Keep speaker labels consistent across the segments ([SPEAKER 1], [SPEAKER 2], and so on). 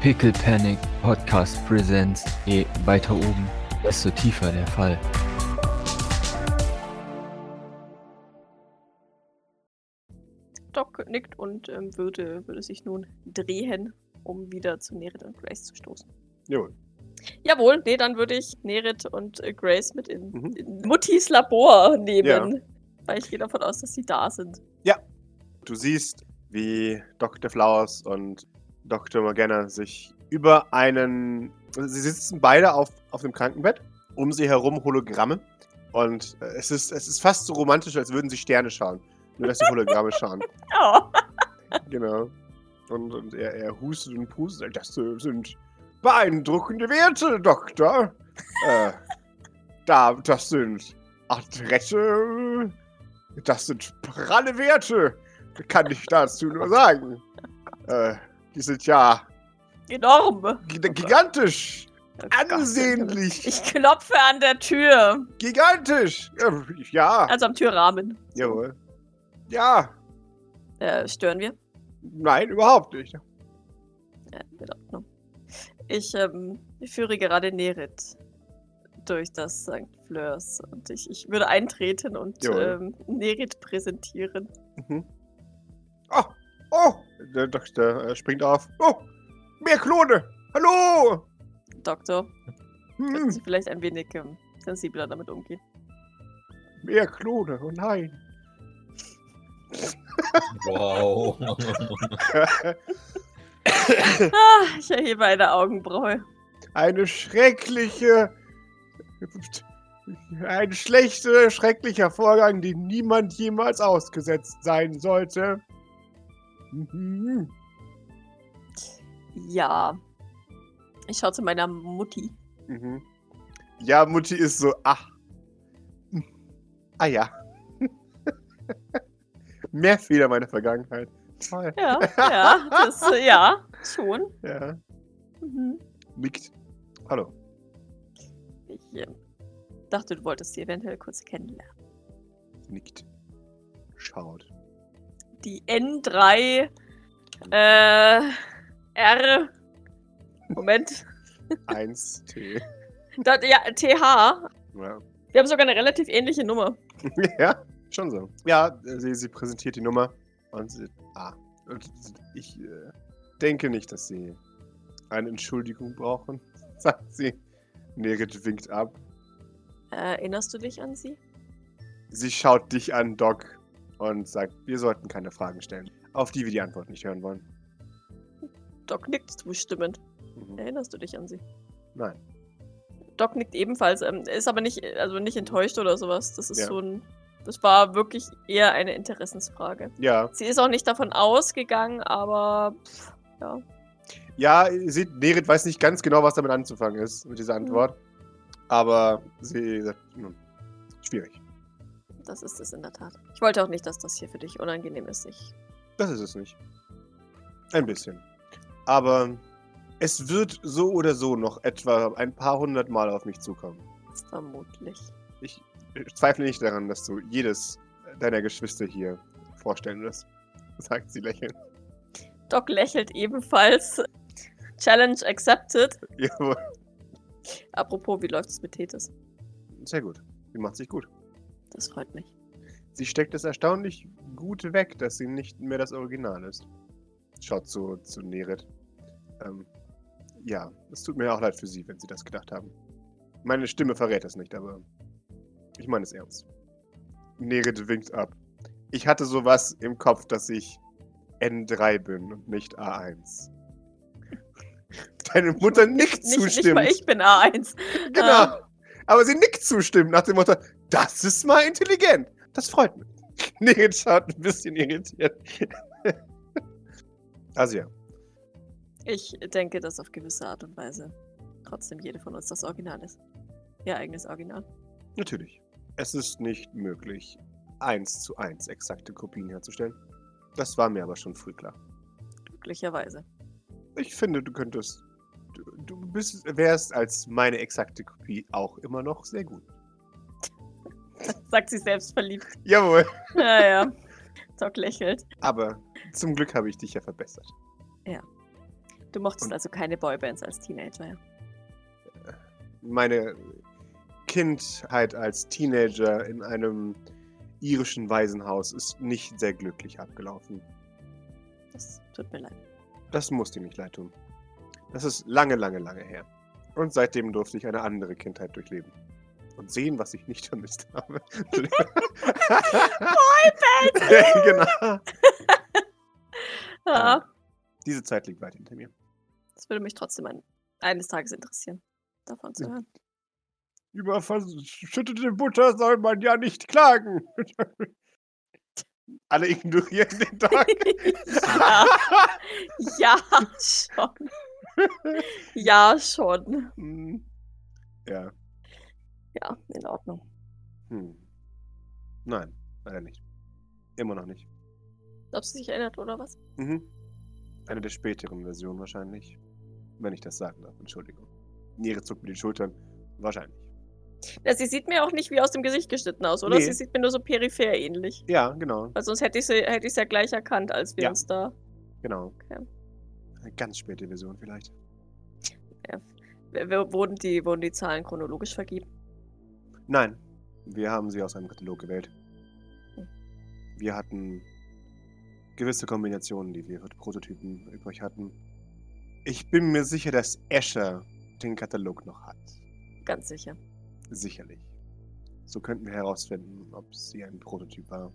[SPEAKER 1] Pickle Panic Podcast Presents. Je weiter oben, desto tiefer der Fall.
[SPEAKER 2] Doc nickt und ähm, würde, würde sich nun drehen, um wieder zu Nerit und Grace zu stoßen.
[SPEAKER 3] Jawohl.
[SPEAKER 2] Jawohl, nee, dann würde ich Nerit und äh, Grace mit in,
[SPEAKER 3] Mhm.
[SPEAKER 2] in Muttis Labor nehmen.
[SPEAKER 3] Ja.
[SPEAKER 2] Weil ich gehe davon aus, dass sie da sind.
[SPEAKER 3] Du siehst, wie Dr. Flowers und Dr. Morgana sich über einen. Sie sitzen beide auf, auf dem Krankenbett, um sie herum Hologramme. Und äh, es ist, es ist fast so romantisch, als würden sie Sterne schauen. Nur, dass sie Hologramme schauen.
[SPEAKER 2] Ja.
[SPEAKER 3] Genau. Und, und er, er hustet und pustet. Das äh, sind beeindruckende Werte, Doktor. äh, da, das sind adrette. Das sind pralle Werte. Kann ich dazu nur sagen. Äh, die sind ja
[SPEAKER 2] Enorm.
[SPEAKER 3] gi- gigantisch.
[SPEAKER 2] Oh Gott.
[SPEAKER 3] Ansehnlich.
[SPEAKER 2] Ich klopfe an der Tür.
[SPEAKER 3] Gigantisch. Äh, Ja,
[SPEAKER 2] Also am Türrahmen.
[SPEAKER 3] jawohl. Ja,
[SPEAKER 2] Äh, stören wir?
[SPEAKER 3] nein, überhaupt nicht.
[SPEAKER 2] Ja, in Ordnung. Ich ähm, führe gerade Nerit durch das St. Fleurs und ich, ich würde eintreten und ähm,
[SPEAKER 3] Jawohl.
[SPEAKER 2] Nerit präsentieren.
[SPEAKER 3] Mhm. Oh, oh, der Doktor äh, springt auf. Oh, mehr Klone. Hallo.
[SPEAKER 2] Doktor, können Sie
[SPEAKER 3] Hm,
[SPEAKER 2] vielleicht ein wenig ähm, sensibler damit umgehen?
[SPEAKER 3] mehr Klone. Oh nein.
[SPEAKER 4] Wow.
[SPEAKER 2] Ah, ich erhebe eine Augenbraue.
[SPEAKER 3] Eine schreckliche, ein schlechter, schrecklicher Vorgang, dem niemand jemals ausgesetzt sein sollte. Mhm.
[SPEAKER 2] Ja. Ich schaue zu meiner Mutti.
[SPEAKER 3] Mhm. Ja, Mutti ist so, ach. Hm. Ah ja. mehr Fehler meiner Vergangenheit. Toll.
[SPEAKER 2] Ja, ja, das, äh, ja, schon.
[SPEAKER 3] Ja.
[SPEAKER 2] Mhm.
[SPEAKER 3] nickt. Hallo.
[SPEAKER 2] Ich ähm, dachte, du wolltest sie eventuell kurz kennenlernen.
[SPEAKER 3] Nickt. Schaut.
[SPEAKER 2] Die N3 äh, R. Moment.
[SPEAKER 3] Eins T.
[SPEAKER 2] Da, ja, TH.
[SPEAKER 3] Ja.
[SPEAKER 2] Wir haben sogar eine relativ ähnliche Nummer.
[SPEAKER 3] ja, schon so. Ja, äh, sie, sie präsentiert die Nummer und sie. Ah. Und ich äh, denke nicht, dass sie eine Entschuldigung brauchen, sagt sie. Nerit winkt ab.
[SPEAKER 2] Äh, erinnerst du dich an sie?
[SPEAKER 3] Sie schaut dich an, Doc, und sagt, wir sollten keine Fragen stellen, auf die wir die Antwort nicht hören wollen.
[SPEAKER 2] Doc nickt zustimmend.
[SPEAKER 3] Mhm.
[SPEAKER 2] Erinnerst du dich an sie?
[SPEAKER 3] Nein.
[SPEAKER 2] Doc nickt ebenfalls, ähm, ist aber nicht, also nicht enttäuscht oder sowas. Das ist
[SPEAKER 3] Ja.
[SPEAKER 2] so ein. Das war wirklich eher eine Interessensfrage.
[SPEAKER 3] Ja.
[SPEAKER 2] Sie ist auch nicht davon ausgegangen, aber pff, ja.
[SPEAKER 3] Ja, ihr seht, Nerit weiß nicht ganz genau, was damit anzufangen ist, mit dieser Antwort. Aber sie sagt, hm, schwierig.
[SPEAKER 2] Das ist es in der Tat. Ich wollte auch nicht, dass das hier für dich unangenehm ist. Ich,
[SPEAKER 3] Das ist es nicht. Ein bisschen. Aber es wird so oder so noch etwa ein paar hundert Mal auf mich zukommen.
[SPEAKER 2] vermutlich.
[SPEAKER 3] Ich äh, zweifle nicht daran, dass du jedes deiner Geschwister hier vorstellen wirst, sagt sie lächelnd.
[SPEAKER 2] Doc lächelt ebenfalls. Challenge accepted.
[SPEAKER 3] Jawohl.
[SPEAKER 2] Apropos, wie läuft es mit Tethys?
[SPEAKER 3] Sehr gut. Sie macht sich gut.
[SPEAKER 2] Das freut mich.
[SPEAKER 3] Sie steckt es erstaunlich gut weg, dass sie nicht mehr das Original ist. Schaut zu, zu Nerit. Ähm, ja, es tut mir auch leid für sie, wenn sie das gedacht haben. Meine Stimme verrät das nicht, aber ich meine es ernst. Nerit winkt ab. Ich hatte sowas im Kopf, dass ich N3 bin und nicht A1. Deine Mutter nickt
[SPEAKER 2] Nicht, nicht
[SPEAKER 3] zustimmt.
[SPEAKER 2] mal ich bin A1.
[SPEAKER 3] Genau. Aber sie nickt zustimmend nach dem Motto, das ist mal intelligent. Das freut mich. Nerit schaut ein bisschen irritiert. also ja.
[SPEAKER 2] Ich denke, dass auf gewisse Art und Weise trotzdem jede von uns das Original ist. Ihr eigenes Original.
[SPEAKER 3] Natürlich. Es ist nicht möglich, eins zu eins exakte Kopien herzustellen. Das war mir aber schon früh klar.
[SPEAKER 2] Glücklicherweise.
[SPEAKER 3] Ich finde, du könntest. Du, du bist, wärst als meine exakte Kopie auch immer noch sehr gut.
[SPEAKER 2] Sagt sie selbst verliebt.
[SPEAKER 3] Jawohl.
[SPEAKER 2] Ja, ja. Doc lächelt.
[SPEAKER 3] Aber zum Glück habe ich dich ja verbessert.
[SPEAKER 2] Du mochtest
[SPEAKER 3] Und-
[SPEAKER 2] also keine Boybands als Teenager, ja.
[SPEAKER 3] meine Kindheit als Teenager in einem irischen Waisenhaus ist nicht sehr glücklich abgelaufen.
[SPEAKER 2] Das tut mir leid.
[SPEAKER 3] Das musste mich leid tun. Das ist lange, lange, lange her. Und seitdem durfte ich eine andere Kindheit durchleben. Und sehen, was ich nicht vermisst habe. genau.
[SPEAKER 2] Ah,
[SPEAKER 3] Diese Zeit liegt weit hinter mir.
[SPEAKER 2] das würde mich trotzdem ein, eines Tages interessieren, davon zu
[SPEAKER 3] Mhm.
[SPEAKER 2] hören.
[SPEAKER 3] Über verschüttete Butter soll man ja nicht klagen. Alle ignorieren den Tag.
[SPEAKER 2] ja, ja, schon. Ja, schon.
[SPEAKER 3] Hm. ja.
[SPEAKER 2] Ja, in Ordnung.
[SPEAKER 3] Hm. Nein, leider nicht. Immer noch nicht.
[SPEAKER 2] Ob sie sich erinnert oder was?
[SPEAKER 3] Mhm. Eine der späteren Versionen wahrscheinlich. Wenn ich das sagen darf, Entschuldigung. Niere zuckt mit den Schultern. Wahrscheinlich.
[SPEAKER 2] Ja, sie sieht mir auch nicht wie aus dem Gesicht geschnitten aus, oder?
[SPEAKER 3] Nee.
[SPEAKER 2] Sie sieht mir nur so peripher ähnlich.
[SPEAKER 3] Ja, genau,
[SPEAKER 2] Weil sonst hätte ich sie hätte ich sie ja gleich erkannt, als wir
[SPEAKER 3] Ja.
[SPEAKER 2] uns da.
[SPEAKER 3] genau.
[SPEAKER 2] Okay.
[SPEAKER 3] Eine ganz späte Version vielleicht.
[SPEAKER 2] W- w- Wurden die, wurden die Zahlen chronologisch vergeben?
[SPEAKER 3] Nein, wir haben sie aus einem Katalog gewählt. Wir hatten gewisse Kombinationen, die wir für die Prototypen übrig hatten. Ich bin mir sicher, dass Escher den Katalog noch hat.
[SPEAKER 2] Ganz sicher.
[SPEAKER 3] Sicherlich. So könnten wir herausfinden, ob sie ein Prototyp war.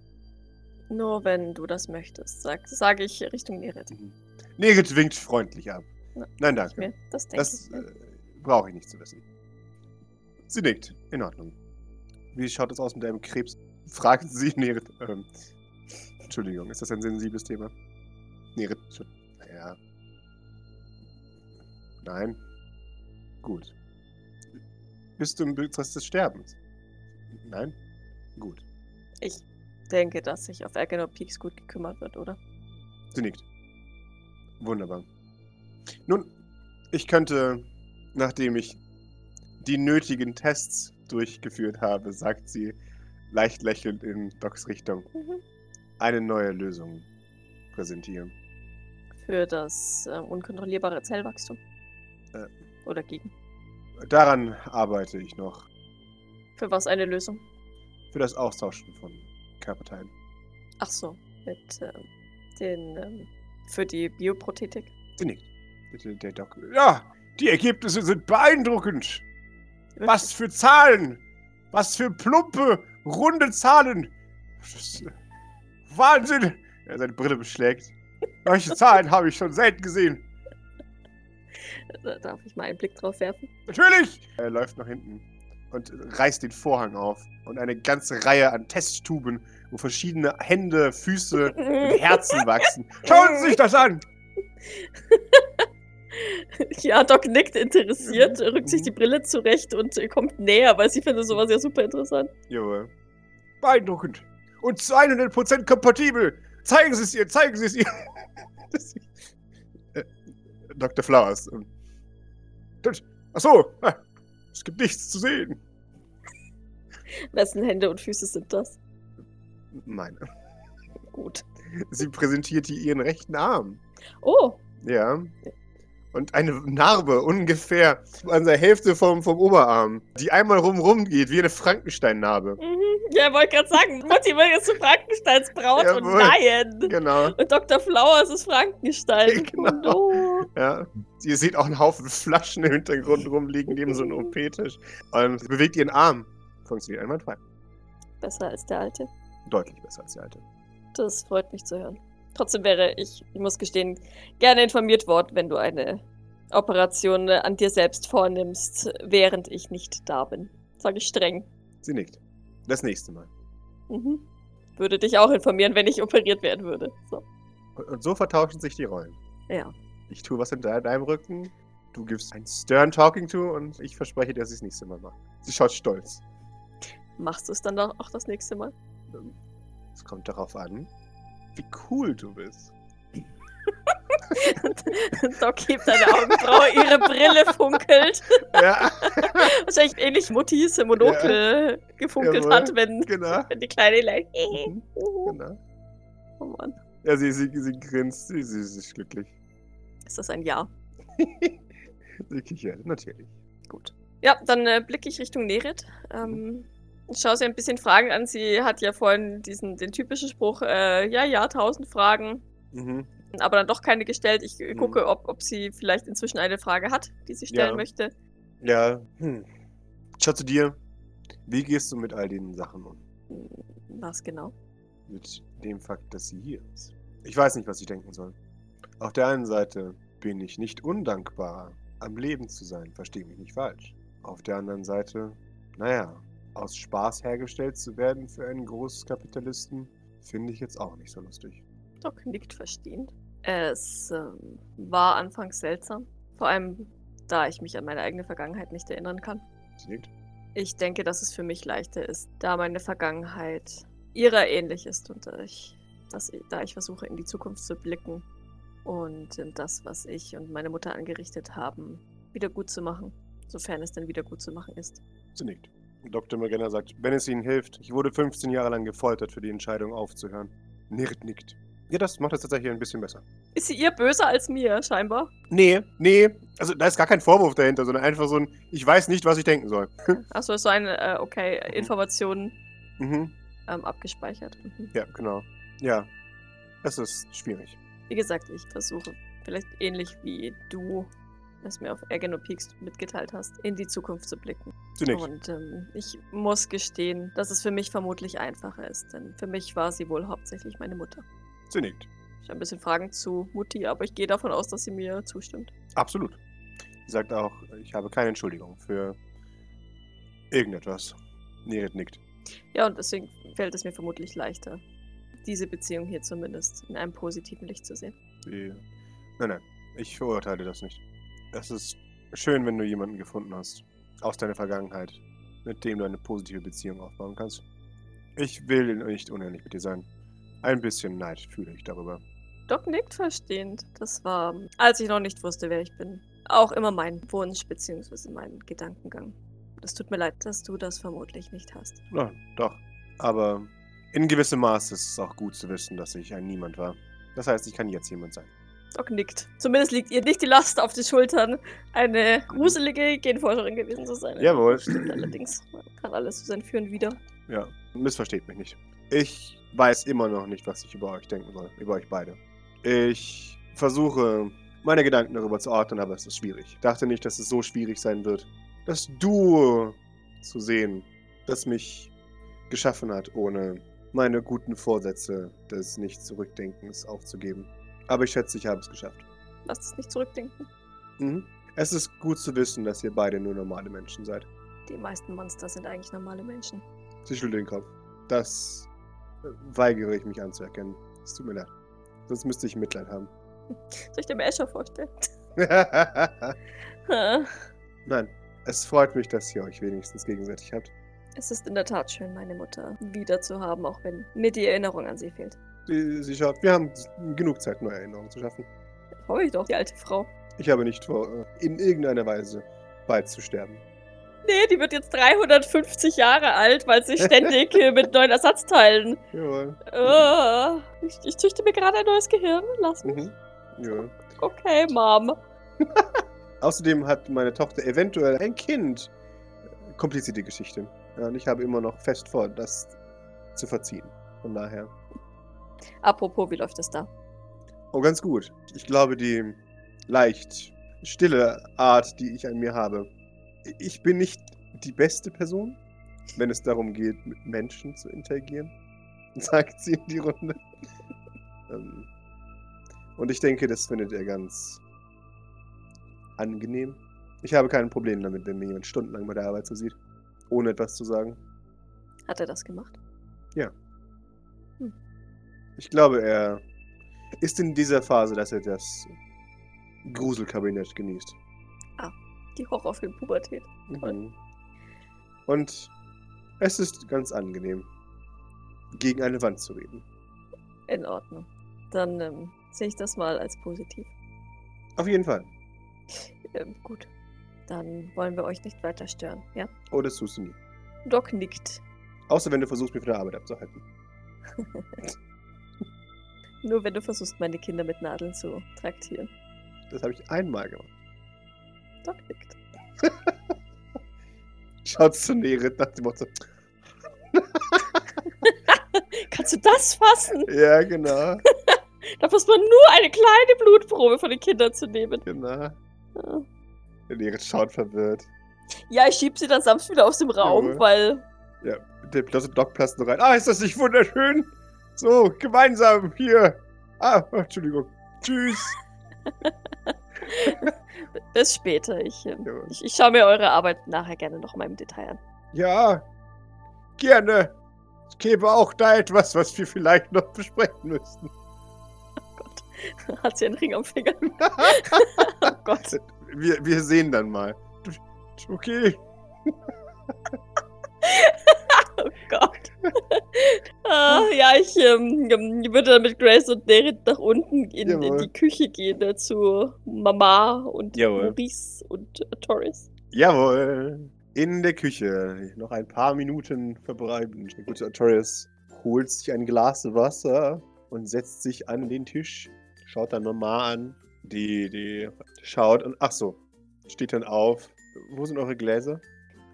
[SPEAKER 2] Nur wenn du das möchtest, sag, sage ich Richtung Nerit.
[SPEAKER 3] Mhm. Nerit winkt freundlich ab.
[SPEAKER 2] Na,
[SPEAKER 3] Nein,
[SPEAKER 2] Ich mir
[SPEAKER 3] danke.
[SPEAKER 2] das denke
[SPEAKER 3] Das
[SPEAKER 2] ich. mir.
[SPEAKER 3] äh, brauche ich nicht zu wissen. Sie nickt. In Ordnung. Wie schaut es aus mit deinem Krebs? Fragt sie Nerit. Ähm, Entschuldigung, ist das ein sensibles Thema? Nerit. schon- Ja. Nein. Gut. Bist du im Prozess des Sterbens? Nein? Gut.
[SPEAKER 2] Ich denke, dass sich auf Ergenor Peaks gut gekümmert wird, oder?
[SPEAKER 3] Sie nickt. Wunderbar. Nun, ich könnte, nachdem ich die nötigen Tests durchgeführt habe, sagt sie leicht lächelnd in Docs Richtung,
[SPEAKER 2] Mhm.
[SPEAKER 3] eine neue Lösung präsentieren.
[SPEAKER 2] Für das äh, unkontrollierbare Zellwachstum.
[SPEAKER 3] Äh.
[SPEAKER 2] Oder gegen.
[SPEAKER 3] Daran arbeite ich noch
[SPEAKER 2] Für was eine Lösung?
[SPEAKER 3] für das Austauschen von Körperteilen.
[SPEAKER 2] Ach so, mit ähm, den. Ähm, für die Bioprothetik.
[SPEAKER 3] Sie nickt. Der, der Doc. Ja, die Ergebnisse sind beeindruckend. Was für Zahlen! Was für plumpe, runde Zahlen! Das ist, äh, Wahnsinn! Er seine Brille beschlägt. Solche Zahlen habe ich schon selten gesehen.
[SPEAKER 2] Da äh, darf ich mal einen Blick drauf werfen?
[SPEAKER 3] Natürlich! Er läuft nach hinten und reißt den Vorhang auf. Und eine ganze Reihe an Testtuben, wo verschiedene Hände, Füße und Herzen wachsen. Schauen Sie sich das an!
[SPEAKER 2] ja, Doc nickt interessiert,
[SPEAKER 3] Mhm.
[SPEAKER 2] rückt sich
[SPEAKER 3] Mhm.
[SPEAKER 2] die Brille zurecht und äh, kommt näher, weil sie findet sowas ja super interessant.
[SPEAKER 3] Jawohl. Beeindruckend. Und zu 100% kompatibel. Zeigen Sie es ihr, zeigen Sie es ihr. Das- äh, Dr. Flowers. ähm, das- Ach so, ah, es gibt nichts zu sehen.
[SPEAKER 2] Wessen Hände und Füße sind das?
[SPEAKER 3] Meine.
[SPEAKER 2] Gut.
[SPEAKER 3] Sie präsentiert hier ihren rechten Arm.
[SPEAKER 2] Oh,
[SPEAKER 3] Ja. Und eine Narbe ungefähr an der Hälfte vom, vom Oberarm, die einmal rumrum geht, wie eine Frankenstein-Narbe.
[SPEAKER 2] mhm. ja, wollte gerade sagen, Mutti wird jetzt zu Frankensteins Braut und
[SPEAKER 3] Jawohl.
[SPEAKER 2] nein!
[SPEAKER 3] Genau.
[SPEAKER 2] Und Dr. Flowers ist Frankenstein.
[SPEAKER 3] Genau.
[SPEAKER 2] Oh, no.
[SPEAKER 3] Ja, ihr seht auch einen Haufen Flaschen im Hintergrund rumliegen, neben so einem OP-Tisch. Und sie bewegt ihren Arm. Funktioniert einwandfrei.
[SPEAKER 2] Besser als der alte.
[SPEAKER 3] Deutlich besser als die alte.
[SPEAKER 2] Das freut mich zu hören. Trotzdem wäre ich, ich muss gestehen, gerne informiert worden, wenn du eine Operation äh, an dir selbst vornimmst, während ich nicht da bin. Sage ich streng.
[SPEAKER 3] Sie nickt. Das nächste Mal.
[SPEAKER 2] Mhm. Würde dich auch informieren, wenn ich operiert werden würde. So.
[SPEAKER 3] Und, und so vertauschen sich die Rollen.
[SPEAKER 2] Ja.
[SPEAKER 3] Ich tue was hinter deinem Rücken, du gibst ein stern Talking to und ich verspreche, dass ich das nächste Mal mache. Sie schaut stolz.
[SPEAKER 2] Machst du es dann doch auch das nächste Mal?
[SPEAKER 3] Es kommt darauf an, wie cool du bist.
[SPEAKER 2] Doc hebt deine Augenbraue, ihre Brille funkelt.
[SPEAKER 3] Ja,
[SPEAKER 2] Wahrscheinlich ähnlich Muttis im Monokel gefunkelt
[SPEAKER 3] Jawohl.
[SPEAKER 2] hat, wenn,
[SPEAKER 3] genau.
[SPEAKER 2] wenn die Kleine leicht.
[SPEAKER 3] Mhm, genau.
[SPEAKER 2] Oh Mann.
[SPEAKER 3] Ja, sie, sie, sie grinst, sie, sie, sie ist glücklich.
[SPEAKER 2] Ist das ein Ja?
[SPEAKER 3] Sie kichert, natürlich.
[SPEAKER 2] Gut. Ja, dann äh, blicke ich Richtung Nerit. Ähm, ich schaue sie ein bisschen Fragen an. Sie hat ja vorhin diesen, den typischen Spruch, äh, ja, ja, tausend Fragen,
[SPEAKER 3] Mhm.
[SPEAKER 2] aber dann doch keine gestellt. Ich äh,
[SPEAKER 3] Mhm.
[SPEAKER 2] gucke, ob, ob sie vielleicht inzwischen eine Frage hat, die sie stellen
[SPEAKER 3] Ja.
[SPEAKER 2] möchte.
[SPEAKER 3] Ja, hm. Schau zu dir. Wie gehst du mit all den Sachen um?
[SPEAKER 2] Hm, Was genau?
[SPEAKER 3] mit dem Fakt, dass sie hier ist. Ich weiß nicht, was ich denken soll. Auf der einen Seite bin ich nicht undankbar, am Leben zu sein, verstehe mich nicht falsch. Auf der anderen Seite, naja, aus Spaß hergestellt zu werden für einen Großkapitalisten, finde ich jetzt auch nicht so lustig.
[SPEAKER 2] Doc nickt verstehend. Es ähm, war anfangs seltsam. Vor allem, da ich mich an meine eigene Vergangenheit nicht erinnern kann.
[SPEAKER 3] Sie nickt.
[SPEAKER 2] Ich denke, dass es für mich leichter ist, da meine Vergangenheit ihrer ähnlich ist und da ich, dass ich, da ich versuche, in die Zukunft zu blicken und in das, was ich und meine Mutter angerichtet haben, wieder gut zu machen, sofern es denn wieder gut zu machen ist.
[SPEAKER 3] Sie nickt. Dr. McGenna sagt, wenn es Ihnen hilft, ich wurde 15 Jahre lang gefoltert für die Entscheidung aufzuhören. Nirit nickt. Ja, das macht es tatsächlich ein bisschen besser.
[SPEAKER 2] Ist sie ihr böser als mir, scheinbar?
[SPEAKER 3] Nee, nee, also da ist gar kein Vorwurf dahinter, sondern einfach so ein, ich weiß nicht, was ich denken soll.
[SPEAKER 2] Achso, ist so eine, äh, okay,
[SPEAKER 3] Mhm.
[SPEAKER 2] Informationen
[SPEAKER 3] Mhm.
[SPEAKER 2] ähm, abgespeichert. Mhm.
[SPEAKER 3] Ja, genau. Ja. Das ist schwierig.
[SPEAKER 2] Wie gesagt, ich versuche, vielleicht ähnlich wie du es mir auf Egan und Peaks mitgeteilt hast, in die Zukunft zu blicken.
[SPEAKER 3] Zunächst.
[SPEAKER 2] Und ähm, ich muss gestehen, dass es für mich vermutlich einfacher ist, denn für mich war sie wohl hauptsächlich meine Mutter.
[SPEAKER 3] Zunächst.
[SPEAKER 2] Ich habe ein bisschen Fragen zu Mutti, aber ich gehe davon aus, dass sie mir zustimmt.
[SPEAKER 3] Absolut. Sie sagt auch, ich habe keine Entschuldigung für irgendetwas. Nerit nickt.
[SPEAKER 2] Ja, und deswegen fällt es mir vermutlich leichter, diese Beziehung hier zumindest in einem positiven Licht zu sehen.
[SPEAKER 3] Sie- Nein, nein, ich verurteile das nicht. Es ist schön, wenn du jemanden gefunden hast aus deiner Vergangenheit, mit dem du eine positive Beziehung aufbauen kannst. Ich will nicht unehrlich mit dir sein. Ein bisschen Neid fühle ich darüber.
[SPEAKER 2] Doc nickt verstehend. Das war, als ich noch nicht wusste, wer ich bin, auch immer mein Wunsch bzw. mein Gedankengang. Das tut mir leid, dass du das vermutlich nicht hast.
[SPEAKER 3] Ja, doch. Aber in gewissem Maß ist es auch gut zu wissen, dass ich ein Niemand war. Das heißt, ich kann jetzt jemand sein.
[SPEAKER 2] Doc nickt. Zumindest liegt ihr nicht die Last auf den Schultern, eine gruselige Genforscherin gewesen zu sein.
[SPEAKER 3] Jawohl.
[SPEAKER 2] Stimmt allerdings. Man kann alles zu sein führen wieder.
[SPEAKER 3] Ja, missversteht mich nicht. Ich weiß immer noch nicht, was ich über euch denken soll, über euch beide. Ich versuche, meine Gedanken darüber zu ordnen, aber es ist schwierig. Ich dachte nicht, dass es so schwierig sein wird, das Duo zu sehen, das mich geschaffen hat, ohne meine guten Vorsätze des Nicht-Zurückdenkens aufzugeben. Aber ich schätze, ich habe es geschafft.
[SPEAKER 2] Lasst es nicht zurückdenken.
[SPEAKER 3] Mhm. Es ist gut zu wissen, dass ihr beide nur normale Menschen seid.
[SPEAKER 2] Die meisten Monster sind eigentlich normale Menschen.
[SPEAKER 3] Sie schüttelt den Kopf. Das äh, weigere ich mich anzuerkennen. Es tut mir leid. Sonst müsste ich Mitleid haben.
[SPEAKER 2] Soll ich dir mal Escher vorstellen?
[SPEAKER 3] Nein,
[SPEAKER 2] Ha.
[SPEAKER 3] es freut mich, dass ihr euch wenigstens gegenseitig habt.
[SPEAKER 2] es ist in der Tat schön, meine Mutter wieder zu haben, auch wenn mir die Erinnerung an sie fehlt.
[SPEAKER 3] Sie, sie schaut, wir haben s- genug Zeit, neue Erinnerungen zu schaffen.
[SPEAKER 2] Hoffe ich doch, die alte Frau.
[SPEAKER 3] Ich habe nicht vor, äh, in irgendeiner Weise bald zu sterben.
[SPEAKER 2] Nee, die wird jetzt 350 Jahre alt, weil sie ständig äh, mit neuen Ersatzteilen.
[SPEAKER 3] Jawohl.
[SPEAKER 2] Ah. ich, ich züchte mir gerade ein neues Gehirn. Lass mich.
[SPEAKER 3] Mhm. Ja.
[SPEAKER 2] Okay, Mom.
[SPEAKER 3] Außerdem hat meine Tochter eventuell ein Kind. Komplizierte Geschichte. Ja, und ich habe immer noch fest vor, das zu verziehen. Von daher.
[SPEAKER 2] Apropos, wie läuft es da?
[SPEAKER 3] Oh, ganz gut. Ich glaube, die leicht stille Art, die ich an mir habe. Ich bin nicht die beste Person, wenn es darum geht, mit Menschen zu interagieren, sagt sie in die Runde. Ähm, Und ich denke, das findet er ganz angenehm. Ich habe kein Problem damit, wenn mir jemand stundenlang bei der Arbeit zusieht, ohne etwas zu sagen.
[SPEAKER 2] Hat er das gemacht?
[SPEAKER 3] Ich glaube, er ist in dieser Phase, dass er das Gruselkabinett genießt.
[SPEAKER 2] Die Horrorfilm-Pubertät.
[SPEAKER 3] Mhm. Und es ist ganz angenehm, gegen eine Wand zu reden.
[SPEAKER 2] In Ordnung. Dann ähm, sehe ich das mal als positiv.
[SPEAKER 3] Auf jeden Fall.
[SPEAKER 2] Ähm, gut. Dann wollen wir euch nicht weiter stören, ja?
[SPEAKER 3] Oh, das tust du nie.
[SPEAKER 2] Doc nickt.
[SPEAKER 3] Außer wenn du versuchst, mich von der Arbeit abzuhalten.
[SPEAKER 2] Nur wenn du versuchst, meine Kinder mit Nadeln zu traktieren.
[SPEAKER 3] Das habe ich einmal gemacht.
[SPEAKER 2] Doc nickt.
[SPEAKER 3] Schaut zu Nerit nach dem Motto.
[SPEAKER 2] Kannst du das fassen?
[SPEAKER 3] Ja, genau,
[SPEAKER 2] Da muss man nur eine kleine Blutprobe von den Kindern zu nehmen.
[SPEAKER 3] genau. Nerit schaut verwirrt.
[SPEAKER 2] Ja, ich schieb sie dann sanft wieder aus dem Raum,
[SPEAKER 3] Jawohl.
[SPEAKER 2] weil.
[SPEAKER 3] Der bloße Doc platzt noch rein. Ah, ist das nicht wunderschön? So, gemeinsam hier. Ah, Entschuldigung. Tschüss.
[SPEAKER 2] Das äh, später. Ich, ähm,
[SPEAKER 3] Jawohl.
[SPEAKER 2] ich, ich schaue mir eure Arbeit nachher gerne nochmal im Detail an.
[SPEAKER 3] Ja, gerne. Es gäbe auch da etwas, was wir vielleicht noch besprechen müssten.
[SPEAKER 2] Hat sie einen Ring am Finger? Oh Gott.
[SPEAKER 3] wir, wir sehen dann mal. Okay.
[SPEAKER 2] Oh Gott. ah, ja, ich ähm, ähm, würde dann mit Grace und Nerit nach unten in, in
[SPEAKER 3] Jawohl.
[SPEAKER 2] die Küche gehen, ne, zu Mama und
[SPEAKER 3] Jawohl.
[SPEAKER 2] Maurice und äh, Torres.
[SPEAKER 3] Jawohl. In der Küche. Noch ein paar Minuten verbleiben. Der gute Torres holt sich ein Glas Wasser und setzt sich an den Tisch. Schaut dann nochmal an. Die, die schaut und ach so, steht dann auf. Wo sind eure Gläser?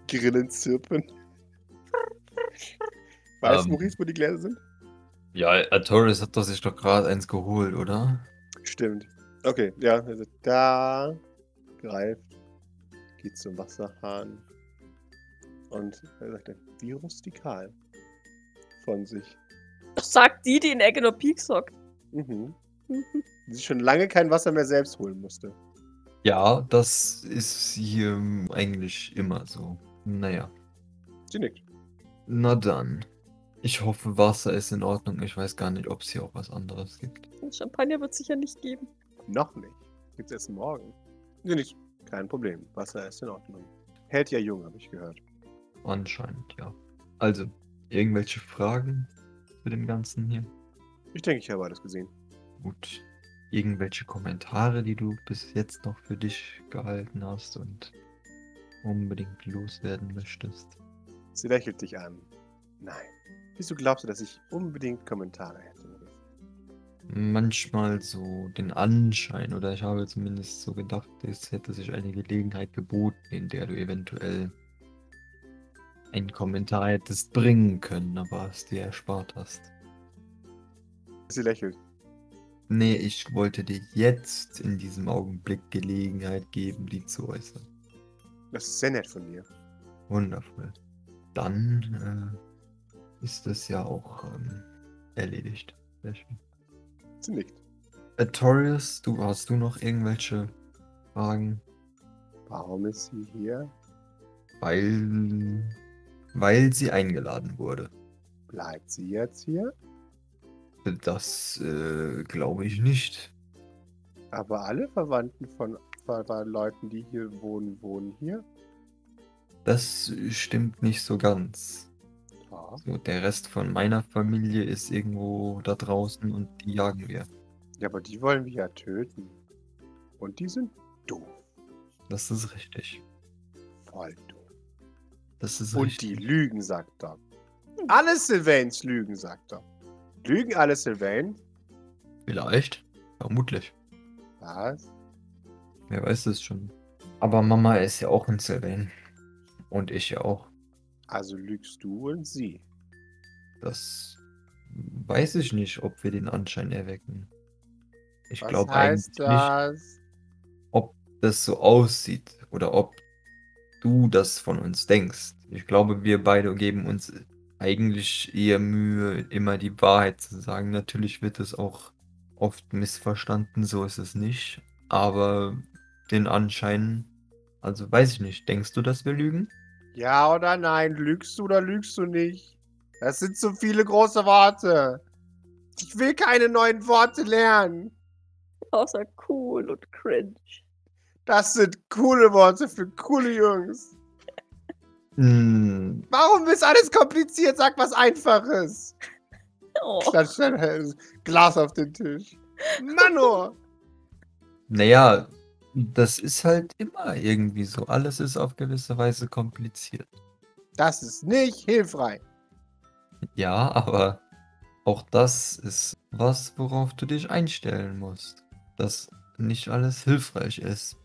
[SPEAKER 3] Grillen zirpen. Weiß
[SPEAKER 4] Ähm.
[SPEAKER 3] Maurice, wo die Gläser sind?
[SPEAKER 4] Ja, äh, Torres hat doch sich doch gerade eins geholt, oder?
[SPEAKER 3] Stimmt. Okay, ja, also da greift, geht zum Wasserhahn und er sagt dann, wie rustikal von sich.
[SPEAKER 2] Sagt die, die in Agano Peak sagt.
[SPEAKER 3] Mhm. Die sich schon lange kein Wasser mehr selbst holen musste.
[SPEAKER 4] Ja, das ist hier ähm, eigentlich immer so. Naja,
[SPEAKER 3] Sie nickt.
[SPEAKER 4] na dann. Ich hoffe, Wasser ist in Ordnung. Ich weiß gar nicht, ob es hier auch was anderes gibt.
[SPEAKER 2] Champagner wird es sicher nicht geben.
[SPEAKER 3] Noch nicht. Gibt's erst morgen. Sie nickt. Kein Problem. Wasser ist in Ordnung. Hält ja jung, habe ich gehört.
[SPEAKER 4] Anscheinend, ja. Also, irgendwelche Fragen zu dem Ganzen hier?
[SPEAKER 3] Ich denke, ich habe alles gesehen.
[SPEAKER 4] Gut. Irgendwelche Kommentare, die du bis jetzt noch für dich gehalten hast und unbedingt loswerden möchtest?
[SPEAKER 3] Sie lächelt dich an. Nein. Wieso glaubst du, dass ich unbedingt Kommentare hätte? Maurice?
[SPEAKER 4] manchmal so den Anschein, oder ich habe zumindest so gedacht, es hätte sich eine Gelegenheit geboten, in der du eventuell einen Kommentar hättest bringen können, aber es dir erspart hast.
[SPEAKER 3] Sie lächelt.
[SPEAKER 4] Nee, ich wollte dir jetzt in diesem Augenblick Gelegenheit geben, die zu äußern.
[SPEAKER 3] Das ist sehr nett von dir.
[SPEAKER 4] Wundervoll. Dann äh, ist es ja auch ähm, erledigt. Sehr schön.
[SPEAKER 3] Sie nickt.
[SPEAKER 4] Äh, Torius, du, hast du noch irgendwelche Fragen?
[SPEAKER 3] Warum ist sie hier?
[SPEAKER 4] Weil, weil sie eingeladen wurde.
[SPEAKER 3] Bleibt sie jetzt hier?
[SPEAKER 4] Das äh, glaube ich nicht.
[SPEAKER 3] Aber alle Verwandten von, von, von Leuten, die hier wohnen, wohnen hier.
[SPEAKER 4] Das stimmt nicht so ganz.
[SPEAKER 3] Ja.
[SPEAKER 4] So, der Rest von meiner Familie ist irgendwo da draußen und die jagen wir.
[SPEAKER 3] ja, aber die wollen wir ja töten. Und die sind doof.
[SPEAKER 4] Das ist richtig.
[SPEAKER 3] Voll doof.
[SPEAKER 4] Das ist
[SPEAKER 3] Und die
[SPEAKER 4] richtig.
[SPEAKER 3] lügen, sagt er. Alle Sylvains lügen, sagt er. Lügen alle Sylvains?
[SPEAKER 4] Vielleicht. Vermutlich.
[SPEAKER 3] Was?
[SPEAKER 4] Wer weiß das schon. Aber Mama ist ja auch in Sylvain. Und ich ja auch.
[SPEAKER 3] Also lügst du und sie.
[SPEAKER 4] Das weiß ich nicht, ob wir den Anschein erwecken. Ich
[SPEAKER 3] Was
[SPEAKER 4] glaube eigentlich
[SPEAKER 3] heißt
[SPEAKER 4] nicht.
[SPEAKER 3] das?
[SPEAKER 4] das so aussieht oder ob du das von uns denkst. Ich glaube, wir beide geben uns eigentlich eher Mühe, immer die Wahrheit zu sagen. Natürlich wird es auch oft missverstanden, so ist es nicht. Aber den Anschein, also weiß ich nicht, denkst du, dass wir lügen?
[SPEAKER 3] Ja oder nein? Lügst du oder lügst du nicht? Das sind zu viele große Worte. Ich will keine neuen Worte lernen.
[SPEAKER 2] Außer cool und cringe.
[SPEAKER 3] Das sind coole Worte für coole Jungs.
[SPEAKER 4] Hm,
[SPEAKER 3] Warum ist alles kompliziert? Sag was Einfaches.
[SPEAKER 2] Oh.
[SPEAKER 3] Klatsch ein Glas auf den Tisch. Mano!
[SPEAKER 4] naja, das ist halt immer irgendwie so. Alles ist auf gewisse Weise kompliziert.
[SPEAKER 3] Das ist nicht hilfreich.
[SPEAKER 4] Ja, aber auch das ist was, worauf du dich einstellen musst. Dass nicht alles hilfreich ist.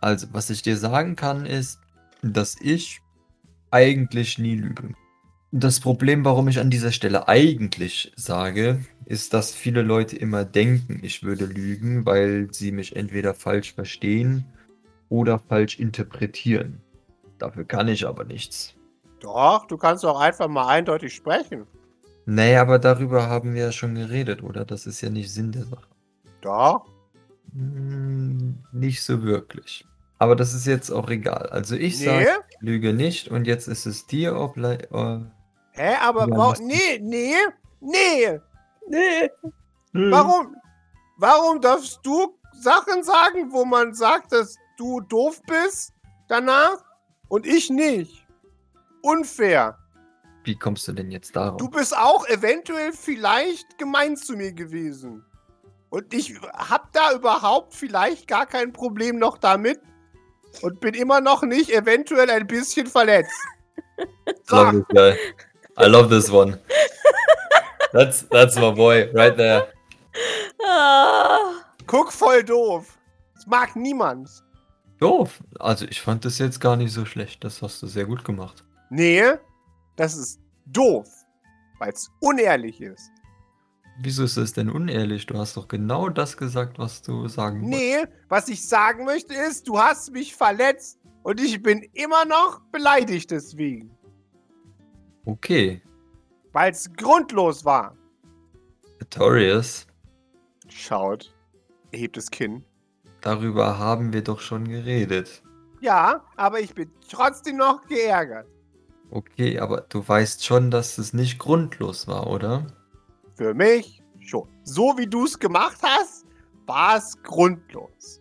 [SPEAKER 4] Also, was ich dir sagen kann, ist, dass ich eigentlich nie lüge. Das Problem, warum ich an dieser Stelle eigentlich sage, ist, dass viele Leute immer denken, ich würde lügen, weil sie mich entweder falsch verstehen oder falsch interpretieren. Dafür kann ich aber nichts.
[SPEAKER 3] Doch, du kannst doch einfach mal eindeutig sprechen.
[SPEAKER 4] Nee, aber darüber haben wir ja schon geredet, oder? Das ist ja nicht Sinn der Sache.
[SPEAKER 3] Doch.
[SPEAKER 4] Hm, Nicht so wirklich. Aber das ist jetzt auch egal. Also ich
[SPEAKER 3] Nee.
[SPEAKER 4] sage, lüge nicht und jetzt ist es dir obli äh,
[SPEAKER 3] Hä, aber
[SPEAKER 4] Ja,
[SPEAKER 3] wa-
[SPEAKER 4] was-
[SPEAKER 3] nee, nee, nee.
[SPEAKER 2] Nee.
[SPEAKER 3] Warum? Warum darfst du Sachen sagen, wo man sagt, dass du doof bist danach und ich nicht? Unfair.
[SPEAKER 4] Wie kommst du denn jetzt darauf?
[SPEAKER 3] Du bist auch eventuell vielleicht gemein zu mir gewesen. Und ich hab da überhaupt vielleicht gar kein Problem noch damit und bin immer noch nicht eventuell ein bisschen verletzt. Sag,
[SPEAKER 4] Love this guy. I love this one. That's that's my boy right there.
[SPEAKER 2] Ah.
[SPEAKER 3] guck voll doof. Das mag niemand.
[SPEAKER 4] Doof. Also ich fand das jetzt gar nicht so schlecht. Das hast du sehr gut gemacht.
[SPEAKER 3] Nee, das ist doof, weil es unehrlich ist.
[SPEAKER 4] Wieso ist das denn unehrlich? Du hast doch genau das gesagt, was du sagen wolltest.
[SPEAKER 3] Nee, was ich sagen möchte ist, du hast mich verletzt und ich bin immer noch beleidigt deswegen,
[SPEAKER 4] Okay.
[SPEAKER 3] weil es grundlos war.
[SPEAKER 4] Artorius,
[SPEAKER 3] Schaut, er hebt das Kinn.
[SPEAKER 4] darüber haben wir doch schon geredet.
[SPEAKER 3] Ja, aber ich bin trotzdem noch geärgert.
[SPEAKER 4] Okay, aber du weißt schon, dass es nicht grundlos war, oder?
[SPEAKER 3] Für mich schon. So wie du es gemacht hast, war es grundlos.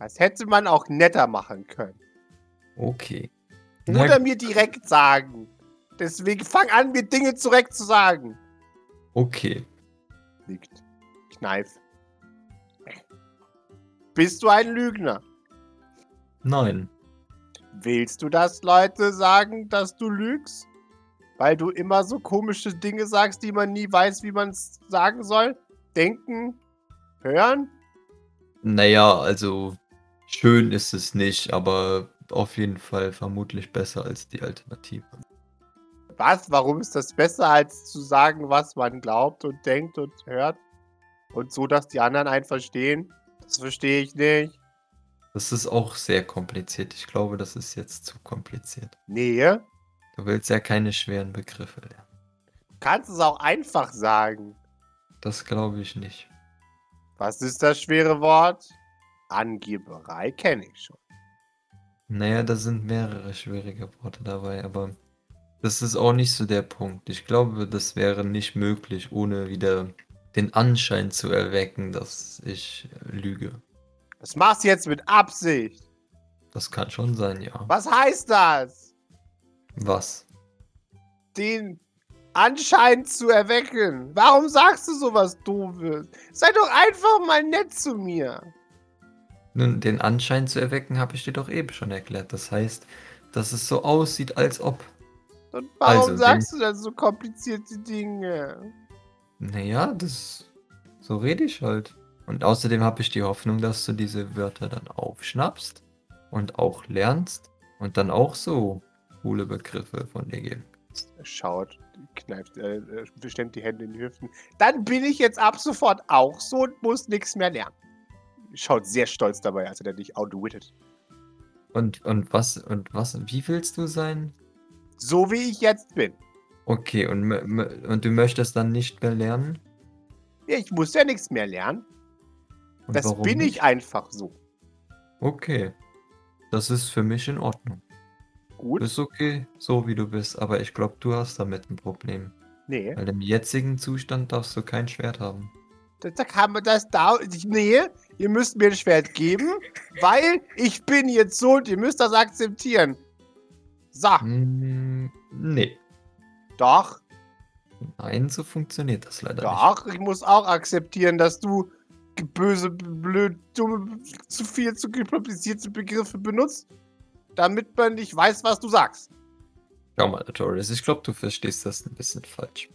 [SPEAKER 3] Das hätte man auch netter machen können.
[SPEAKER 4] Okay. Na
[SPEAKER 3] Oder mir direkt sagen. Deswegen fang an, mir Dinge direkt zu sagen.
[SPEAKER 4] Okay.
[SPEAKER 3] liegt. Kneif. Bist du ein Lügner?
[SPEAKER 4] Nein.
[SPEAKER 3] Willst du, dass Leute sagen, dass du lügst? Weil du immer so komische Dinge sagst, die man nie weiß, wie man es sagen soll? Denken? Hören?
[SPEAKER 4] Naja, also schön ist es nicht, aber auf jeden Fall vermutlich besser als die Alternative.
[SPEAKER 3] Was? Warum ist das besser, als zu sagen, was man glaubt und denkt und hört? Und so, dass die anderen einen verstehen? Das verstehe ich nicht.
[SPEAKER 4] Das ist auch sehr kompliziert. Ich glaube, das ist jetzt zu kompliziert.
[SPEAKER 3] Nee,
[SPEAKER 4] Du willst ja keine schweren Begriffe lernen.
[SPEAKER 3] kannst es auch einfach sagen.
[SPEAKER 4] Das glaube ich nicht.
[SPEAKER 3] Was ist das schwere Wort? Angeberei kenne ich schon.
[SPEAKER 4] Naja, da sind mehrere schwierige Worte dabei, aber das ist auch nicht so der Punkt. Ich glaube, das wäre nicht möglich, ohne wieder den Anschein zu erwecken, dass ich lüge.
[SPEAKER 3] Das machst du jetzt mit Absicht.
[SPEAKER 4] Das kann schon sein, ja.
[SPEAKER 3] Was heißt das?
[SPEAKER 4] Was?
[SPEAKER 3] Den Anschein zu erwecken. Warum sagst du sowas Doofes? Sei doch einfach mal nett zu mir.
[SPEAKER 4] Nun, den Anschein zu erwecken, habe ich dir doch eben schon erklärt. Das heißt, dass es so aussieht, als ob.
[SPEAKER 3] Und warum
[SPEAKER 4] Also, den-
[SPEAKER 3] sagst du dann so komplizierte Dinge?
[SPEAKER 4] Naja, das. So rede ich halt. Und außerdem habe ich die Hoffnung, dass du diese Wörter dann aufschnappst und auch lernst und dann auch so coole Begriffe von dir geben.
[SPEAKER 3] Schaut, kneift, äh, äh, stemmt die Hände in die Hüften. Dann bin ich jetzt ab sofort auch so und muss nichts mehr lernen. Schaut sehr stolz dabei, als hätte er dich outwitted.
[SPEAKER 4] Und, und was, und was, wie willst du sein?
[SPEAKER 3] So wie ich jetzt bin.
[SPEAKER 4] Okay, und, mö- mö- und du möchtest dann nicht mehr lernen?
[SPEAKER 3] Ich muss ja nichts mehr lernen.
[SPEAKER 4] Und
[SPEAKER 3] das
[SPEAKER 4] warum
[SPEAKER 3] bin ich
[SPEAKER 4] nicht?
[SPEAKER 3] einfach so.
[SPEAKER 4] Okay. Das ist für mich in Ordnung.
[SPEAKER 3] Gut?
[SPEAKER 4] Ist okay, so wie du bist, aber ich glaube, du hast damit ein Problem.
[SPEAKER 3] nee.
[SPEAKER 4] Weil im jetzigen Zustand darfst du kein Schwert haben.
[SPEAKER 3] Da, da kann man das da. ich- Nee, ihr müsst mir ein Schwert geben, weil ich bin jetzt so und ihr müsst das akzeptieren. So,
[SPEAKER 4] Mm, nee.
[SPEAKER 3] doch,
[SPEAKER 4] Nein, so funktioniert das leider nicht.
[SPEAKER 3] doch. Ich muss auch akzeptieren, dass du ge- böse, blöd, dumme, zu viel, zu komplizierte Begriffe benutzt, damit man nicht weiß, was du sagst.
[SPEAKER 4] Schau mal, Torres, ich glaube, du verstehst das ein bisschen falsch.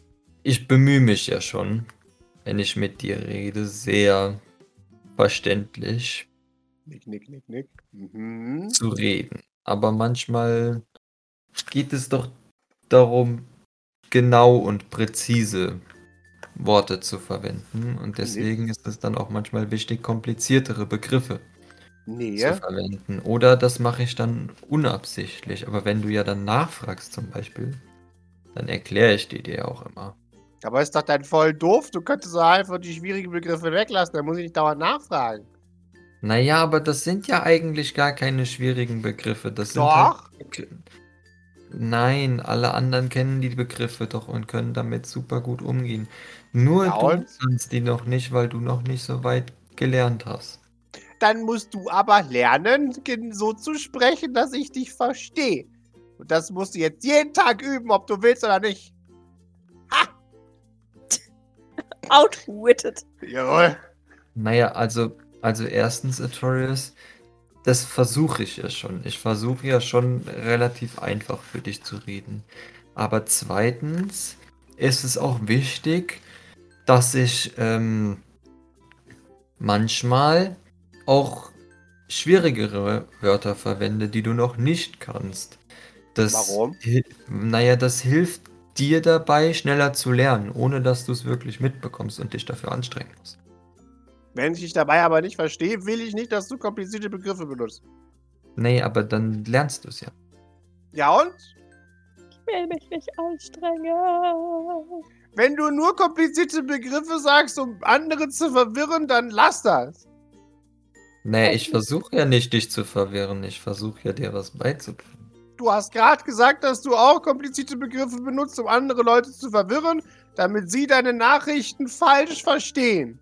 [SPEAKER 4] Ich bemühe mich ja schon, wenn ich mit dir rede, sehr verständlich
[SPEAKER 3] Nick, nick, nick, nick. Mhm.
[SPEAKER 4] zu reden. Aber manchmal geht es doch darum, genau und präzise Worte zu verwenden. Und deswegen ist es dann auch manchmal wichtig, kompliziertere Begriffe zu
[SPEAKER 3] Näher.
[SPEAKER 4] verwenden. Oder das mache ich dann unabsichtlich. Aber wenn du ja dann nachfragst zum Beispiel, dann erkläre ich die dir auch immer.
[SPEAKER 3] Aber ist doch dann voll doof. Du könntest doch einfach die schwierigen Begriffe weglassen. Da muss ich nicht dauernd nachfragen.
[SPEAKER 4] Naja, aber das sind ja eigentlich gar keine schwierigen Begriffe. Das sind halt
[SPEAKER 3] Doch.
[SPEAKER 4] Begr- Nein, alle anderen kennen die Begriffe doch und können damit super gut umgehen. Nur
[SPEAKER 3] Ja,
[SPEAKER 4] du
[SPEAKER 3] und?
[SPEAKER 4] kannst die noch nicht, weil du noch nicht so weit gelernt hast.
[SPEAKER 3] Dann musst du aber lernen, gen- so zu sprechen, dass ich dich verstehe. Und das musst du jetzt jeden Tag üben, ob du willst oder nicht.
[SPEAKER 2] Outwitted.
[SPEAKER 3] Jawohl.
[SPEAKER 4] Naja, also, also erstens, Artorius, das versuche ich ja schon. Ich versuche ja schon relativ einfach für dich zu reden. Aber zweitens ist es auch wichtig, dass ich ähm, manchmal auch schwierigere Wörter verwende, die du noch nicht kannst. Das
[SPEAKER 3] Warum?
[SPEAKER 4] hi- Naja, das hilft dir dabei, schneller zu lernen, ohne dass du es wirklich mitbekommst und dich dafür anstrengen musst.
[SPEAKER 3] Wenn ich dich dabei aber nicht verstehe, will ich nicht, dass du komplizierte Begriffe benutzt.
[SPEAKER 4] Nee, aber dann lernst du es ja.
[SPEAKER 3] Ja und?
[SPEAKER 2] Ich will mich nicht anstrengen.
[SPEAKER 3] Wenn du nur komplizierte Begriffe sagst, um andere zu verwirren, dann lass das.
[SPEAKER 4] Nee, ich versuche ja nicht, dich zu verwirren. Ich versuche ja, dir was beizubringen.
[SPEAKER 3] Du hast gerade gesagt, dass du auch komplizierte Begriffe benutzt, um andere Leute zu verwirren, damit sie deine Nachrichten falsch verstehen.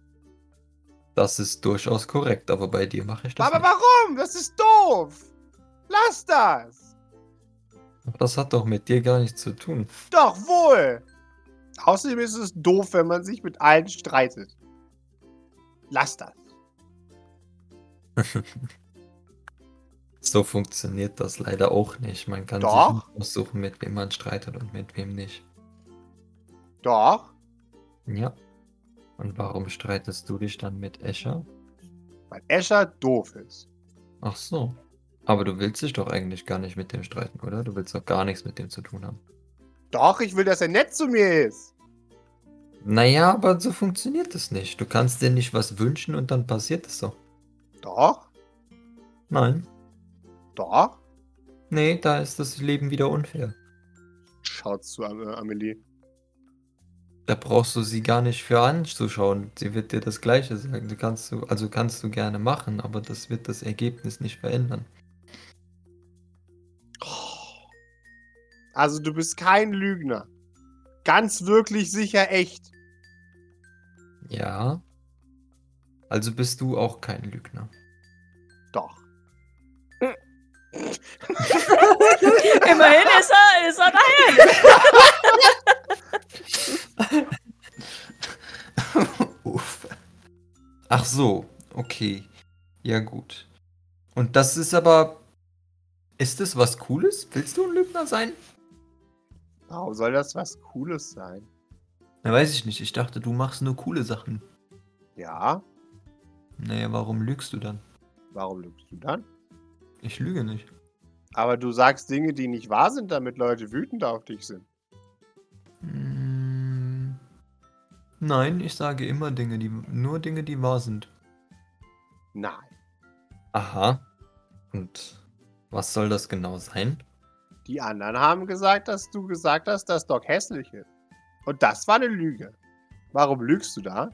[SPEAKER 4] Das ist durchaus korrekt, aber bei dir mache ich das
[SPEAKER 3] aber warum? Das ist doof. Lass das.
[SPEAKER 4] nicht. Das hat doch mit dir gar nichts zu tun.
[SPEAKER 3] Doch wohl. Außerdem ist es doof, wenn man sich mit allen streitet. Lass das.
[SPEAKER 4] So funktioniert das leider auch nicht. Man kann
[SPEAKER 3] Doch.
[SPEAKER 4] sich nicht aussuchen, mit wem man streitet und mit wem nicht.
[SPEAKER 3] Doch,
[SPEAKER 4] Ja. Und warum streitest du dich dann mit Escher?
[SPEAKER 3] weil Escher doof ist.
[SPEAKER 4] Ach so. Aber du willst dich doch eigentlich gar nicht mit dem streiten, oder? Du willst doch gar nichts mit dem zu tun haben.
[SPEAKER 3] Doch, ich will, dass er nett zu mir ist.
[SPEAKER 4] Naja, aber so funktioniert es nicht. Du kannst dir nicht was wünschen und dann passiert es so.
[SPEAKER 3] Doch,
[SPEAKER 4] Nein.
[SPEAKER 3] doch.
[SPEAKER 4] Nee, da ist das Leben wieder unfair.
[SPEAKER 3] Schaut zu Am- äh, Amelie.
[SPEAKER 4] Da brauchst du sie gar nicht für anzuschauen. Sie wird dir das Gleiche sagen. Du kannst du, also kannst du gerne machen, aber das wird das Ergebnis nicht verändern.
[SPEAKER 3] Also du bist kein Lügner. Ganz wirklich sicher echt.
[SPEAKER 4] Ja. Also bist du auch kein Lügner.
[SPEAKER 3] Doch.
[SPEAKER 2] Immerhin ist er, ist er dahin.
[SPEAKER 4] Uff. Ach so, okay. Ja gut. Und das ist aber. Ist das was Cooles? Willst du ein Lügner sein?
[SPEAKER 3] Warum soll das was Cooles sein?
[SPEAKER 4] Na, weiß ich nicht. Ich dachte, du machst nur coole Sachen.
[SPEAKER 3] Ja,
[SPEAKER 4] Naja, warum lügst du dann?
[SPEAKER 3] warum lügst du dann?
[SPEAKER 4] Ich lüge nicht.
[SPEAKER 3] Aber du sagst Dinge, die nicht wahr sind, damit Leute wütend auf dich sind.
[SPEAKER 4] Mm, Nein, ich sage immer Dinge, die nur Dinge, die wahr sind.
[SPEAKER 3] Nein.
[SPEAKER 4] Aha. Und was soll das genau sein?
[SPEAKER 3] Die anderen haben gesagt, dass du gesagt hast, dass Doc hässlich ist. Und das war eine Lüge. Warum lügst du da?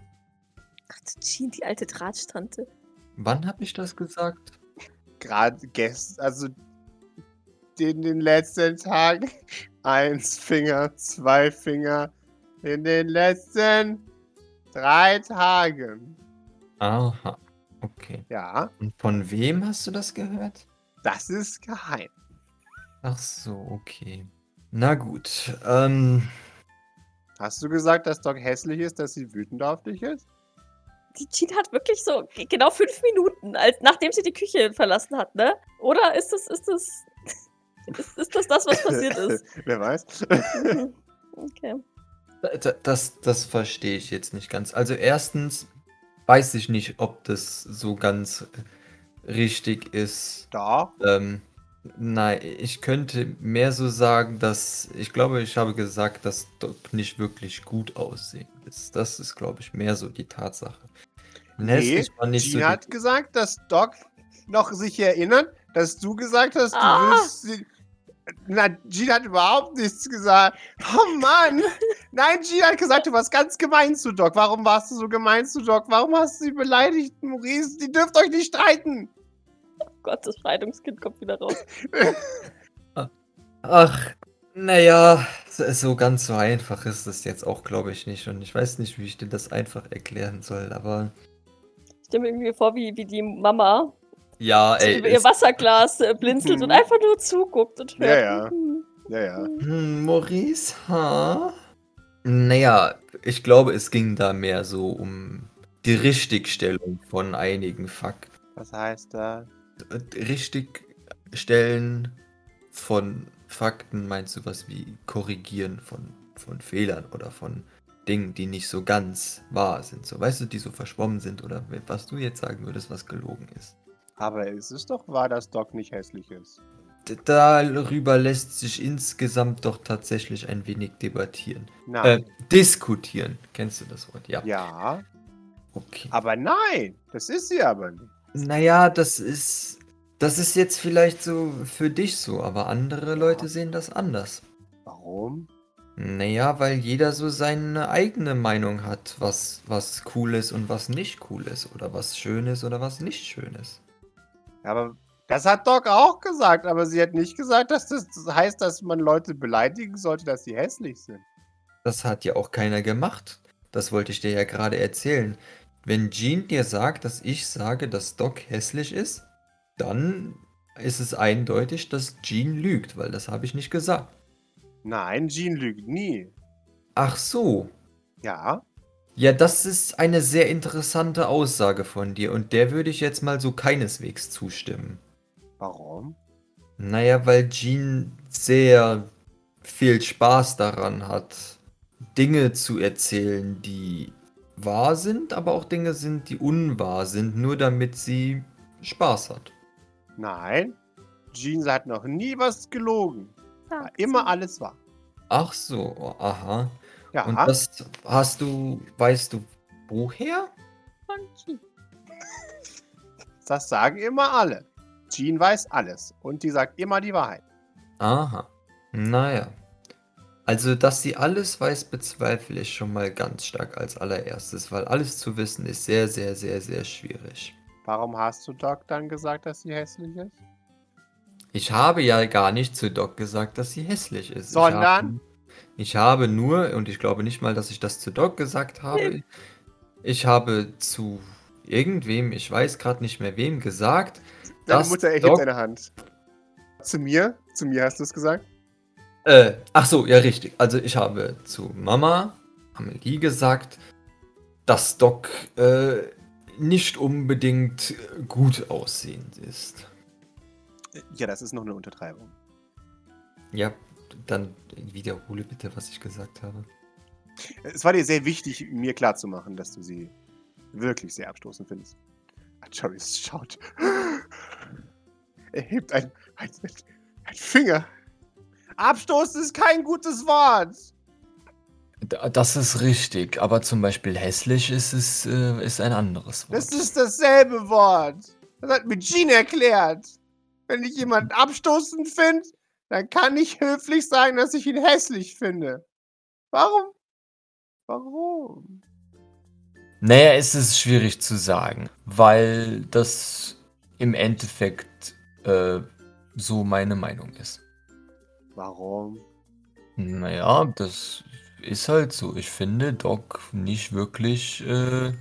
[SPEAKER 2] Ach, du Jean, die alte Drahtschtante.
[SPEAKER 4] Wann habe ich das gesagt?
[SPEAKER 3] Gerade gestern, also in den letzten Tagen. Eins Finger, zwei Finger. In den letzten drei Tagen.
[SPEAKER 4] Aha. Okay.
[SPEAKER 3] Ja,
[SPEAKER 4] Und von wem hast du das gehört?
[SPEAKER 3] das ist geheim.
[SPEAKER 4] Ach so, okay. Na gut. Ähm,
[SPEAKER 3] Hast du gesagt, dass Doc hässlich ist, dass sie wütend auf dich ist?
[SPEAKER 2] Die Jean hat wirklich so g- genau fünf Minuten, als, nachdem sie die Küche verlassen hat, ne? Oder ist das, ist das, ist, ist das das, was passiert ist?
[SPEAKER 3] Wer weiß?
[SPEAKER 2] Mhm. Okay.
[SPEAKER 4] Da- da- Das, das verstehe ich jetzt nicht ganz. Also erstens, weiß ich nicht, ob das so ganz äh, richtig ist.
[SPEAKER 3] Da?
[SPEAKER 4] Ähm, nein, ich könnte mehr so sagen, dass ich glaube, ich habe gesagt, dass Dob nicht wirklich gut aussehen ist. Das ist, glaube ich, mehr so die Tatsache. Hässlich war nicht so
[SPEAKER 3] Gina
[SPEAKER 4] die-
[SPEAKER 3] hat gesagt, dass Doc noch sich erinnert, dass du gesagt hast, du
[SPEAKER 2] Ah.
[SPEAKER 3] willst sie. Na, Gina hat überhaupt nichts gesagt. Oh Mann! Nein, Gina hat gesagt, du warst ganz gemein zu Doc. Warum warst du so gemein zu Doc? Warum hast du sie beleidigt, Maurice? Die dürft euch nicht streiten!
[SPEAKER 2] Gott, das Scheidungskind kommt wieder raus.
[SPEAKER 4] Ach, naja, so- so ganz so einfach ist das jetzt auch, glaube ich, nicht. Und ich weiß nicht, wie ich dir das einfach erklären soll, aber
[SPEAKER 2] Ich stelle mir irgendwie vor, wie, wie die Mama
[SPEAKER 4] ja, ey.
[SPEAKER 2] über ihr
[SPEAKER 4] ist-
[SPEAKER 2] Wasserglas äh, blinzelt
[SPEAKER 3] Mhm.
[SPEAKER 2] und einfach nur zuguckt und
[SPEAKER 3] Ja,
[SPEAKER 2] hört.
[SPEAKER 3] ja.
[SPEAKER 2] mhm.
[SPEAKER 3] Ja, ja.
[SPEAKER 4] Hm, Maurice, ha? Naja, ich glaube, es ging da mehr so um die Richtigstellung von einigen Fakten.
[SPEAKER 3] Was heißt das?
[SPEAKER 4] Richtigstellen von Fakten meinst du was wie korrigieren von, von Fehlern oder von Dingen, die nicht so ganz wahr sind. So, weißt du, die so verschwommen sind oder was du jetzt sagen würdest, was gelogen ist.
[SPEAKER 3] Aber es ist doch wahr, dass Doc nicht hässlich ist.
[SPEAKER 4] D- Darüber lässt sich insgesamt doch tatsächlich ein wenig debattieren. Äh,
[SPEAKER 3] Nein.
[SPEAKER 4] diskutieren. Kennst du das Wort? Ja.
[SPEAKER 3] Ja,
[SPEAKER 4] Okay.
[SPEAKER 3] aber nein! Das ist sie aber nicht.
[SPEAKER 4] Naja, das ist. Das ist jetzt vielleicht so für dich so, aber andere Leute sehen das anders.
[SPEAKER 3] Warum?
[SPEAKER 4] Naja, weil jeder so seine eigene Meinung hat, was, was cool ist und was nicht cool ist oder was schön ist oder was nicht schön ist.
[SPEAKER 3] Ja, Aber das hat Doc auch gesagt, aber sie hat nicht gesagt, dass das heißt, dass man Leute beleidigen sollte, dass sie hässlich sind.
[SPEAKER 4] Das hat ja auch keiner gemacht. Das wollte ich dir ja gerade erzählen. Wenn Jean dir sagt, dass ich sage, dass Doc hässlich ist, dann ist es eindeutig, dass Jean lügt, weil das habe ich nicht gesagt.
[SPEAKER 3] Nein, Jean lügt nie.
[SPEAKER 4] Ach so.
[SPEAKER 3] Ja,
[SPEAKER 4] Ja, das ist eine sehr interessante Aussage von dir und der würde ich jetzt mal so keineswegs zustimmen.
[SPEAKER 3] warum?
[SPEAKER 4] Naja, weil Jean sehr viel Spaß daran hat, Dinge zu erzählen, die wahr sind, aber auch Dinge sind, die unwahr sind, nur damit sie Spaß hat.
[SPEAKER 3] Nein, Jean hat noch nie was gelogen. War immer alles wahr.
[SPEAKER 4] Ach so, aha.
[SPEAKER 3] Ja,
[SPEAKER 4] Und das hast du, weißt du, woher?
[SPEAKER 2] Monkey.
[SPEAKER 3] das sagen immer alle. Jean weiß alles und die sagt immer die Wahrheit.
[SPEAKER 4] Aha. Naja. Also, dass sie alles weiß, bezweifle ich schon mal ganz stark als allererstes, weil alles zu wissen ist sehr, sehr, sehr, sehr schwierig.
[SPEAKER 3] Warum hast du Doc dann gesagt, dass sie hässlich ist?
[SPEAKER 4] Ich habe ja gar nicht zu Doc gesagt, dass sie hässlich ist. Ich habe,
[SPEAKER 3] Sondern?
[SPEAKER 4] ich habe nur, und ich glaube nicht mal, dass ich das zu Doc gesagt habe, ich habe zu irgendwem, ich weiß gerade nicht mehr wem, gesagt,
[SPEAKER 3] Deine
[SPEAKER 4] dass
[SPEAKER 3] Mutter erhebt
[SPEAKER 4] Doc,
[SPEAKER 3] deine Hand. Zu mir? Zu mir hast du es gesagt?
[SPEAKER 4] äh, ach so, ja richtig. Also ich habe zu Mama, Amelie gesagt, dass Doc äh, nicht unbedingt gut aussehend ist.
[SPEAKER 3] Ja, das ist noch eine Untertreibung.
[SPEAKER 4] Ja, dann wiederhole bitte, was ich gesagt habe.
[SPEAKER 3] Es war dir sehr wichtig, mir klarzumachen, dass du sie wirklich sehr abstoßend findest. Ah, Joris schaut. Er hebt ein, ein, ein Finger. Abstoßen ist kein gutes Wort.
[SPEAKER 1] Da- Das ist richtig, aber zum Beispiel hässlich ist es äh, ist ein anderes Wort.
[SPEAKER 3] Das ist dasselbe Wort. Das hat mir Jean erklärt. Wenn ich jemanden abstoßend finde, dann kann ich höflich sagen, dass ich ihn hässlich finde. Warum? Warum?
[SPEAKER 1] Naja, es ist schwierig zu sagen, weil das im Endeffekt äh, so meine Meinung ist.
[SPEAKER 3] Warum?
[SPEAKER 1] Naja, das ist halt so. Ich finde Doc nicht wirklich äh,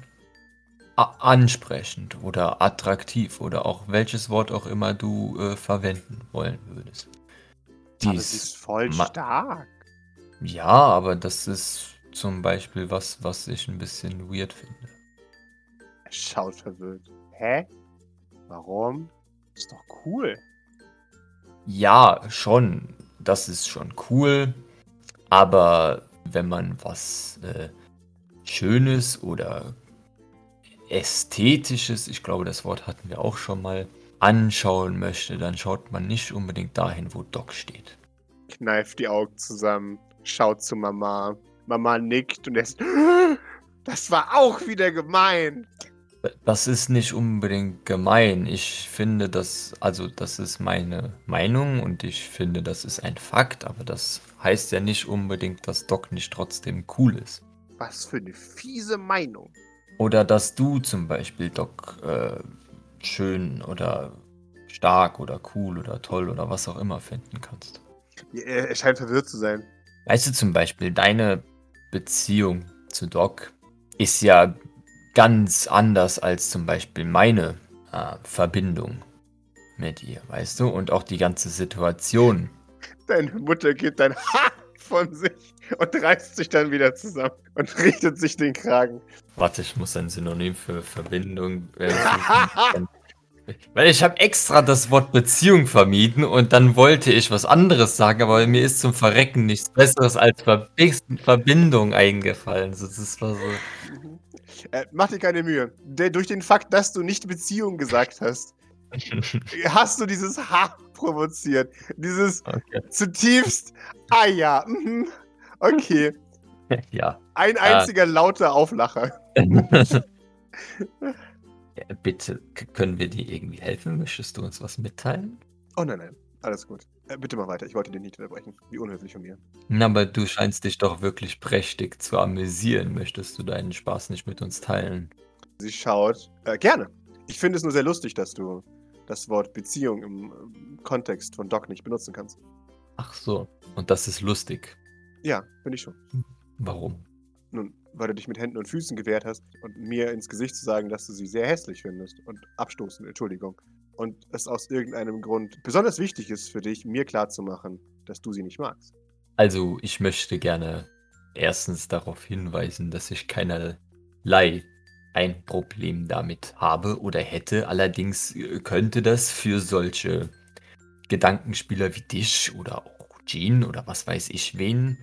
[SPEAKER 1] a- ansprechend oder attraktiv oder auch welches Wort auch immer du äh, verwenden wollen würdest.
[SPEAKER 3] Aber sie Ah, ist voll
[SPEAKER 1] Ma-
[SPEAKER 3] stark.
[SPEAKER 1] Ja, aber das ist zum Beispiel was, was ich ein bisschen weird finde.
[SPEAKER 3] Er schaut verwirrt. Hä? Warum? Ist doch cool.
[SPEAKER 1] Ja, schon. Das ist schon cool. Aber wenn man was äh, Schönes oder
[SPEAKER 4] ästhetisches, ich glaube, das Wort hatten wir auch schon mal, anschauen möchte, dann schaut man nicht unbedingt dahin, wo Doc steht.
[SPEAKER 3] kneift die Augen zusammen, schaut zu Mama. Mama nickt und er ist. Das war auch wieder gemein.
[SPEAKER 4] Das ist nicht unbedingt gemein. Ich finde das, also das ist meine Meinung und ich finde, das ist ein Fakt, aber das heißt ja nicht unbedingt, dass Doc nicht trotzdem cool ist.
[SPEAKER 3] Was für eine fiese Meinung.
[SPEAKER 4] Oder dass du zum Beispiel Doc äh, schön oder stark oder cool oder toll oder was auch immer finden kannst.
[SPEAKER 3] Er er scheint verwirrt zu sein.
[SPEAKER 4] Weißt du zum Beispiel, deine Beziehung zu Doc ist ja ganz anders als zum Beispiel meine äh, Verbindung mit ihr, weißt du? Und auch die ganze Situation.
[SPEAKER 3] Deine Mutter gibt ein Ha von sich und reißt sich dann wieder zusammen und richtet sich den Kragen.
[SPEAKER 4] Warte, ich muss ein Synonym für Verbindung. äh, suchen. Weil ich habe extra das Wort Beziehung vermieden und dann wollte ich was anderes sagen, aber mir ist zum Verrecken nichts Besseres als Verbi- Verbindung eingefallen. So, Das war so.
[SPEAKER 3] Äh, mach dir keine Mühe. Der, durch den Fakt, dass du nicht Beziehung gesagt hast, hast du dieses Ha provoziert. Dieses
[SPEAKER 4] Okay.
[SPEAKER 3] zutiefst Ah ja. mhm. Okay.
[SPEAKER 4] Ja.
[SPEAKER 3] Ein einziger lauter Auflacher.
[SPEAKER 4] Ja, Bitte, k- können wir dir irgendwie helfen? Möchtest du uns was mitteilen?
[SPEAKER 3] Oh nein, nein. Alles gut. Äh, bitte mal weiter. Ich wollte den nicht unterbrechen. Wie unhöflich von mir.
[SPEAKER 4] Na, aber du scheinst dich doch wirklich prächtig zu amüsieren. Möchtest du deinen Spaß nicht mit uns teilen?
[SPEAKER 3] Sie schaut. Äh, gerne. Ich finde es nur sehr lustig, dass du das Wort Beziehung im ähm, Kontext von Doc nicht benutzen kannst.
[SPEAKER 4] Ach so. Und das ist lustig.
[SPEAKER 3] Ja, finde ich schon.
[SPEAKER 4] Warum?
[SPEAKER 3] Nun, weil du dich mit Händen und Füßen gewehrt hast und mir ins Gesicht zu sagen, dass du sie sehr hässlich findest und abstoßend, Entschuldigung. Und es aus irgendeinem Grund besonders wichtig ist für dich, mir klarzumachen, dass du sie nicht magst.
[SPEAKER 4] Also, ich möchte gerne erstens darauf hinweisen, dass ich keinerlei ein Problem damit habe oder hätte. Allerdings äh, könnte das für solche Gedankenspieler wie dich oder auch Jean oder was weiß ich wen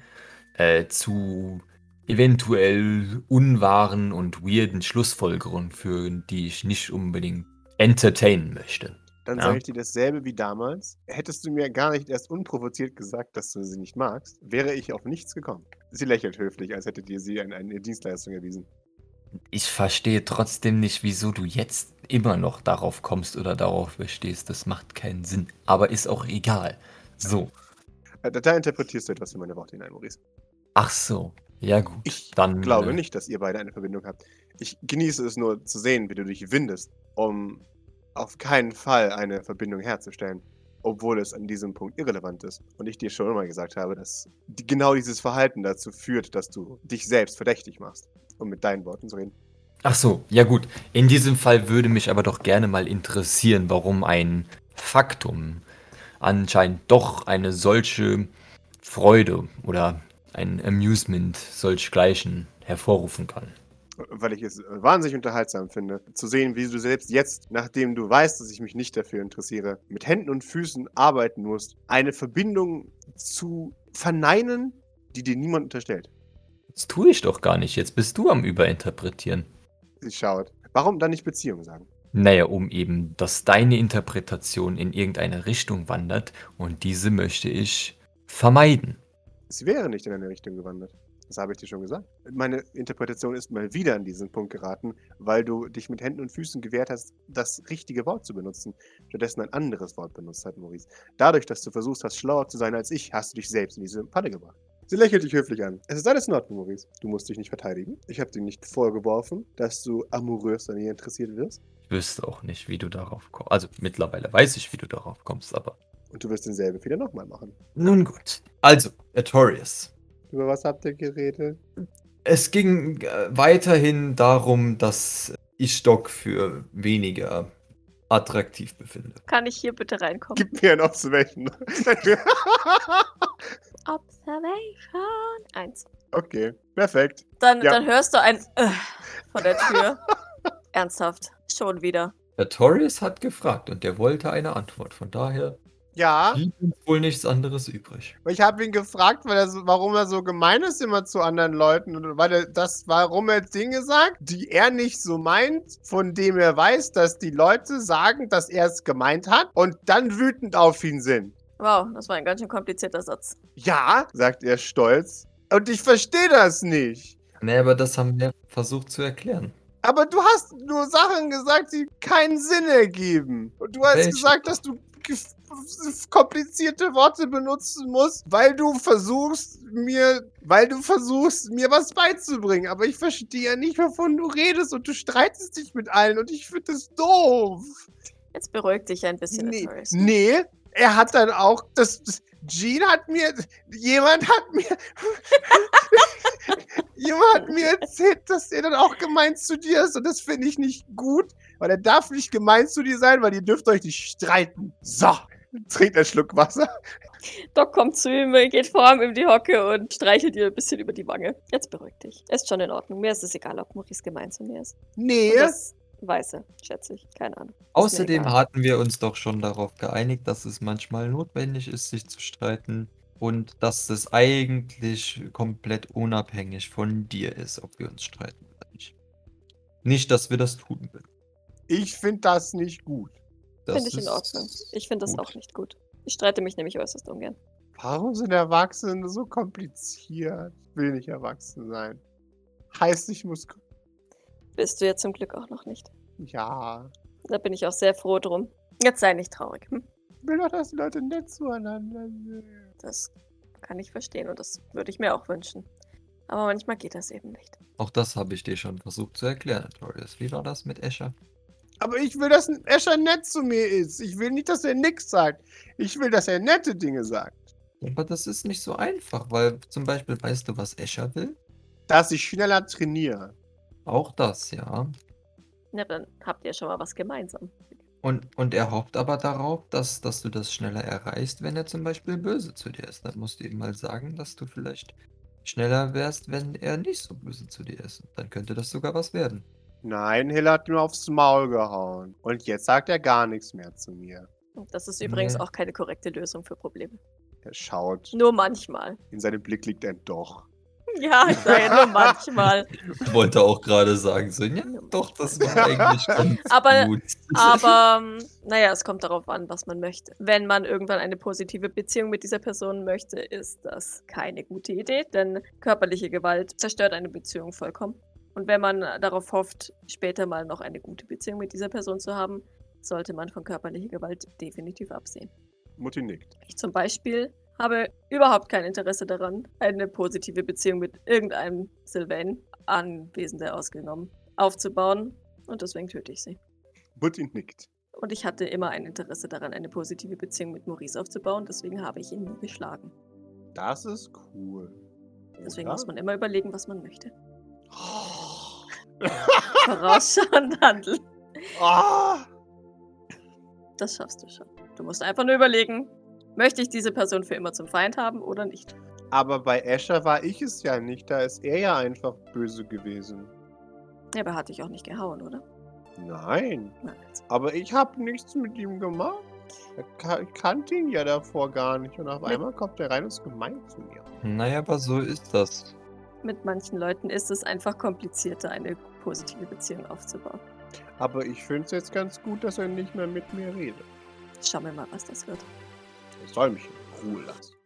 [SPEAKER 4] äh, zu eventuell unwahren und weirden Schlussfolgerungen führen, die ich nicht unbedingt entertainen möchte.
[SPEAKER 3] Dann
[SPEAKER 4] Ja.
[SPEAKER 3] sage ich dir dasselbe wie damals. Hättest du mir gar nicht erst unprovoziert gesagt, dass du sie nicht magst, wäre ich auf nichts gekommen. Sie lächelt höflich, als hätte dir sie ein, eine Dienstleistung erwiesen.
[SPEAKER 4] Ich verstehe trotzdem nicht, wieso du jetzt immer noch darauf kommst oder darauf bestehst. Das macht keinen Sinn. Aber ist auch egal. So.
[SPEAKER 3] Äh, Da, da interpretierst du etwas in meine Worte hinein, Maurice.
[SPEAKER 4] Ach so. Ja gut.
[SPEAKER 3] Ich
[SPEAKER 4] Dann.
[SPEAKER 3] Ich glaube
[SPEAKER 4] äh,
[SPEAKER 3] nicht, dass ihr beide eine Verbindung habt. Ich genieße es nur zu sehen, wie du dich windest, um auf keinen Fall eine Verbindung herzustellen, obwohl es an diesem Punkt irrelevant ist. Und ich dir schon mal gesagt habe, dass die, genau dieses Verhalten dazu führt, dass du dich selbst verdächtig machst, um mit deinen Worten zu reden.
[SPEAKER 4] Ach so. Ja gut. In diesem Fall würde mich aber doch gerne mal interessieren, warum ein Faktum anscheinend doch eine solche Freude oder ein Amusement solchgleichen hervorrufen kann.
[SPEAKER 3] Weil ich es wahnsinnig unterhaltsam finde, zu sehen, wie du selbst jetzt, nachdem du weißt, dass ich mich nicht dafür interessiere, mit Händen und Füßen arbeiten musst, eine Verbindung zu verneinen, die dir niemand unterstellt.
[SPEAKER 4] Das tue ich doch gar nicht. Jetzt bist du am Überinterpretieren.
[SPEAKER 3] Sie schaut. Warum dann nicht Beziehung sagen?
[SPEAKER 4] Naja, um eben, dass deine Interpretation in irgendeine Richtung wandert und diese möchte ich vermeiden.
[SPEAKER 3] Sie wäre nicht in eine Richtung gewandert. Das habe ich dir schon gesagt. Meine Interpretation ist mal wieder an diesen Punkt geraten, weil du dich mit Händen und Füßen gewehrt hast, das richtige Wort zu benutzen, stattdessen ein anderes Wort benutzt hat, Maurice. Dadurch, dass du versucht hast, schlauer zu sein als ich, hast du dich selbst in diese Falle gebracht. Sie lächelt dich höflich an. Es ist alles in Ordnung, Maurice. Du musst dich nicht verteidigen. Ich habe dir nicht vorgeworfen, dass du amourös an ihr interessiert wirst.
[SPEAKER 4] Ich wüsste auch nicht, wie du darauf kommst. Also mittlerweile weiß ich, wie du darauf kommst, aber.
[SPEAKER 3] Und du wirst denselben Fehler nochmal machen.
[SPEAKER 4] Nun gut.
[SPEAKER 5] Also, Artorius.
[SPEAKER 3] Über was habt ihr geredet?
[SPEAKER 5] Es ging äh, weiterhin darum, dass ich Doc für weniger attraktiv befinde.
[SPEAKER 2] Kann ich hier bitte reinkommen?
[SPEAKER 3] Gib mir ein Observation.
[SPEAKER 2] Observation. Eins.
[SPEAKER 3] Okay, perfekt.
[SPEAKER 2] Dann,
[SPEAKER 3] Ja.
[SPEAKER 2] dann hörst du ein äh, von der Tür. Ernsthaft. Schon wieder.
[SPEAKER 5] Artorius hat gefragt und der wollte eine Antwort. Von daher
[SPEAKER 3] Ja,
[SPEAKER 4] Blieb uns wohl nichts anderes übrig.
[SPEAKER 3] weil ich habe ihn gefragt, weil er so, warum er so gemein ist immer zu anderen Leuten und weil er das, warum er Dinge sagt, die er nicht so meint, von dem er weiß, dass die Leute sagen, dass er es gemeint hat und dann wütend auf ihn sind.
[SPEAKER 2] Wow, das war ein ganz schön komplizierter Satz.
[SPEAKER 3] Ja, sagt er stolz. Und ich verstehe das nicht.
[SPEAKER 4] Nee, aber das haben wir versucht zu erklären.
[SPEAKER 3] Aber du hast nur Sachen gesagt, die keinen Sinn ergeben. Und du hast
[SPEAKER 4] Welche?
[SPEAKER 3] gesagt, dass du gef- komplizierte Worte benutzen musst, weil du versuchst mir, weil du versuchst mir was beizubringen. Aber ich verstehe ja nicht, wovon du redest und du streitest dich mit allen und ich finde das doof.
[SPEAKER 2] Jetzt beruhigt dich ein bisschen,
[SPEAKER 3] Nee,
[SPEAKER 2] Notorious.
[SPEAKER 3] nee, er hat dann auch das, das Jean hat mir jemand hat mir jemand hat mir erzählt, dass er dann auch gemein zu dir ist und das finde ich nicht gut, weil er darf nicht gemein zu dir sein, weil ihr dürft euch nicht streiten. So, trinkt einen Schluck Wasser.
[SPEAKER 2] Doc kommt zu ihm, geht vor ihm in die Hocke und streichelt ihr ein bisschen über die Wange. Jetzt beruhigt dich. Ist schon in Ordnung. Mir ist es egal, ob Maurice gemein zu mir ist. Und
[SPEAKER 3] Nee,
[SPEAKER 2] Das weiß er, schätze ich. Keine Ahnung.
[SPEAKER 4] Außerdem
[SPEAKER 2] egal.
[SPEAKER 4] hatten wir uns doch schon darauf geeinigt, dass es manchmal notwendig ist, sich zu streiten und dass es eigentlich komplett unabhängig von dir ist, ob wir uns streiten oder nicht. Nicht, dass wir das tun würden.
[SPEAKER 3] ich finde das nicht gut.
[SPEAKER 4] Das
[SPEAKER 2] Finde ich in
[SPEAKER 4] ist
[SPEAKER 2] Ordnung. Ich finde das
[SPEAKER 4] gut.
[SPEAKER 2] auch nicht gut. Ich streite mich nämlich äußerst ungern.
[SPEAKER 3] Warum sind Erwachsene so kompliziert? Ich will nicht erwachsen sein. Heißt, ich muss.
[SPEAKER 2] Bist du ja zum Glück auch noch nicht.
[SPEAKER 3] Ja.
[SPEAKER 2] Da bin ich auch sehr froh drum. Jetzt sei nicht traurig. Hm?
[SPEAKER 3] Ich will doch, dass die Leute nett zueinander sind.
[SPEAKER 2] Das kann ich verstehen und das würde ich mir auch wünschen. Aber manchmal geht das eben nicht.
[SPEAKER 4] Auch das habe ich dir schon versucht zu erklären, Notorious. Wie war das mit Escher?
[SPEAKER 3] Aber ich will, dass ein Escher nett zu mir ist. Ich will nicht, dass er nix sagt. Ich will, dass er nette Dinge sagt.
[SPEAKER 4] Ja, aber das ist nicht so einfach, weil zum Beispiel weißt du, was Escher will?
[SPEAKER 3] Dass ich schneller trainiere.
[SPEAKER 4] Auch das, ja.
[SPEAKER 2] Na, dann habt ihr schon mal was gemeinsam.
[SPEAKER 4] Und, und er hofft aber darauf, dass, dass du das schneller erreichst, wenn er zum Beispiel böse zu dir ist. Dann musst du ihm mal sagen, dass du vielleicht schneller wärst, wenn er nicht so böse zu dir ist. Dann könnte das sogar was werden.
[SPEAKER 3] Nein, Hiller hat mir aufs Maul gehauen. Und jetzt sagt er gar nichts mehr zu mir.
[SPEAKER 2] Und das ist übrigens
[SPEAKER 4] Nee.
[SPEAKER 2] auch keine korrekte Lösung für Probleme.
[SPEAKER 3] Er schaut.
[SPEAKER 2] Nur manchmal.
[SPEAKER 3] In seinem Blick liegt ein Doch.
[SPEAKER 2] Ja, ich sage nur manchmal.
[SPEAKER 4] Ich wollte auch gerade sagen, so, ja, doch, das war eigentlich ganz
[SPEAKER 2] Aber-
[SPEAKER 4] gut.
[SPEAKER 2] Aber ähm, naja, es kommt darauf an, was man möchte. Wenn man irgendwann eine positive Beziehung mit dieser Person möchte, ist das keine gute Idee, denn körperliche Gewalt zerstört eine Beziehung vollkommen. Und wenn man darauf hofft, später mal noch eine gute Beziehung mit dieser Person zu haben, sollte man von körperlicher Gewalt definitiv absehen.
[SPEAKER 3] Mutti nickt.
[SPEAKER 2] Ich zum Beispiel habe überhaupt kein Interesse daran, eine positive Beziehung mit irgendeinem Sylvain, Anwesende ausgenommen, aufzubauen. Und deswegen töte ich sie.
[SPEAKER 3] Mutti nickt.
[SPEAKER 2] Und ich hatte immer ein Interesse daran, eine positive Beziehung mit Maurice aufzubauen, deswegen habe ich ihn nie geschlagen.
[SPEAKER 3] Das ist cool.
[SPEAKER 2] Deswegen
[SPEAKER 3] Oder?
[SPEAKER 2] muss man immer überlegen, was man möchte.
[SPEAKER 3] Oh.
[SPEAKER 2] Vorausschauend handeln.
[SPEAKER 3] Ah.
[SPEAKER 2] Das schaffst du schon. Du musst einfach nur überlegen, möchte ich diese Person für immer zum Feind haben oder nicht?
[SPEAKER 3] Aber bei Escher war ich es ja nicht. Da ist er ja einfach böse gewesen.
[SPEAKER 2] Ja, Aber hatte ich auch nicht gehauen, oder?
[SPEAKER 3] Nein.
[SPEAKER 2] Na, also.
[SPEAKER 3] Aber ich habe nichts mit ihm gemacht. Er ka- Ich kannte ihn ja davor gar nicht. Und auf
[SPEAKER 2] Nee.
[SPEAKER 3] einmal kommt er rein und ist gemein zu mir.
[SPEAKER 4] Naja, aber so ist das.
[SPEAKER 2] Mit manchen Leuten ist es einfach komplizierter, eine positive Beziehung aufzubauen.
[SPEAKER 3] Aber ich finde es jetzt ganz gut, dass er nicht mehr mit mir redet.
[SPEAKER 2] Schauen wir mal, was das wird.
[SPEAKER 3] Er soll mich in Ruhe lassen.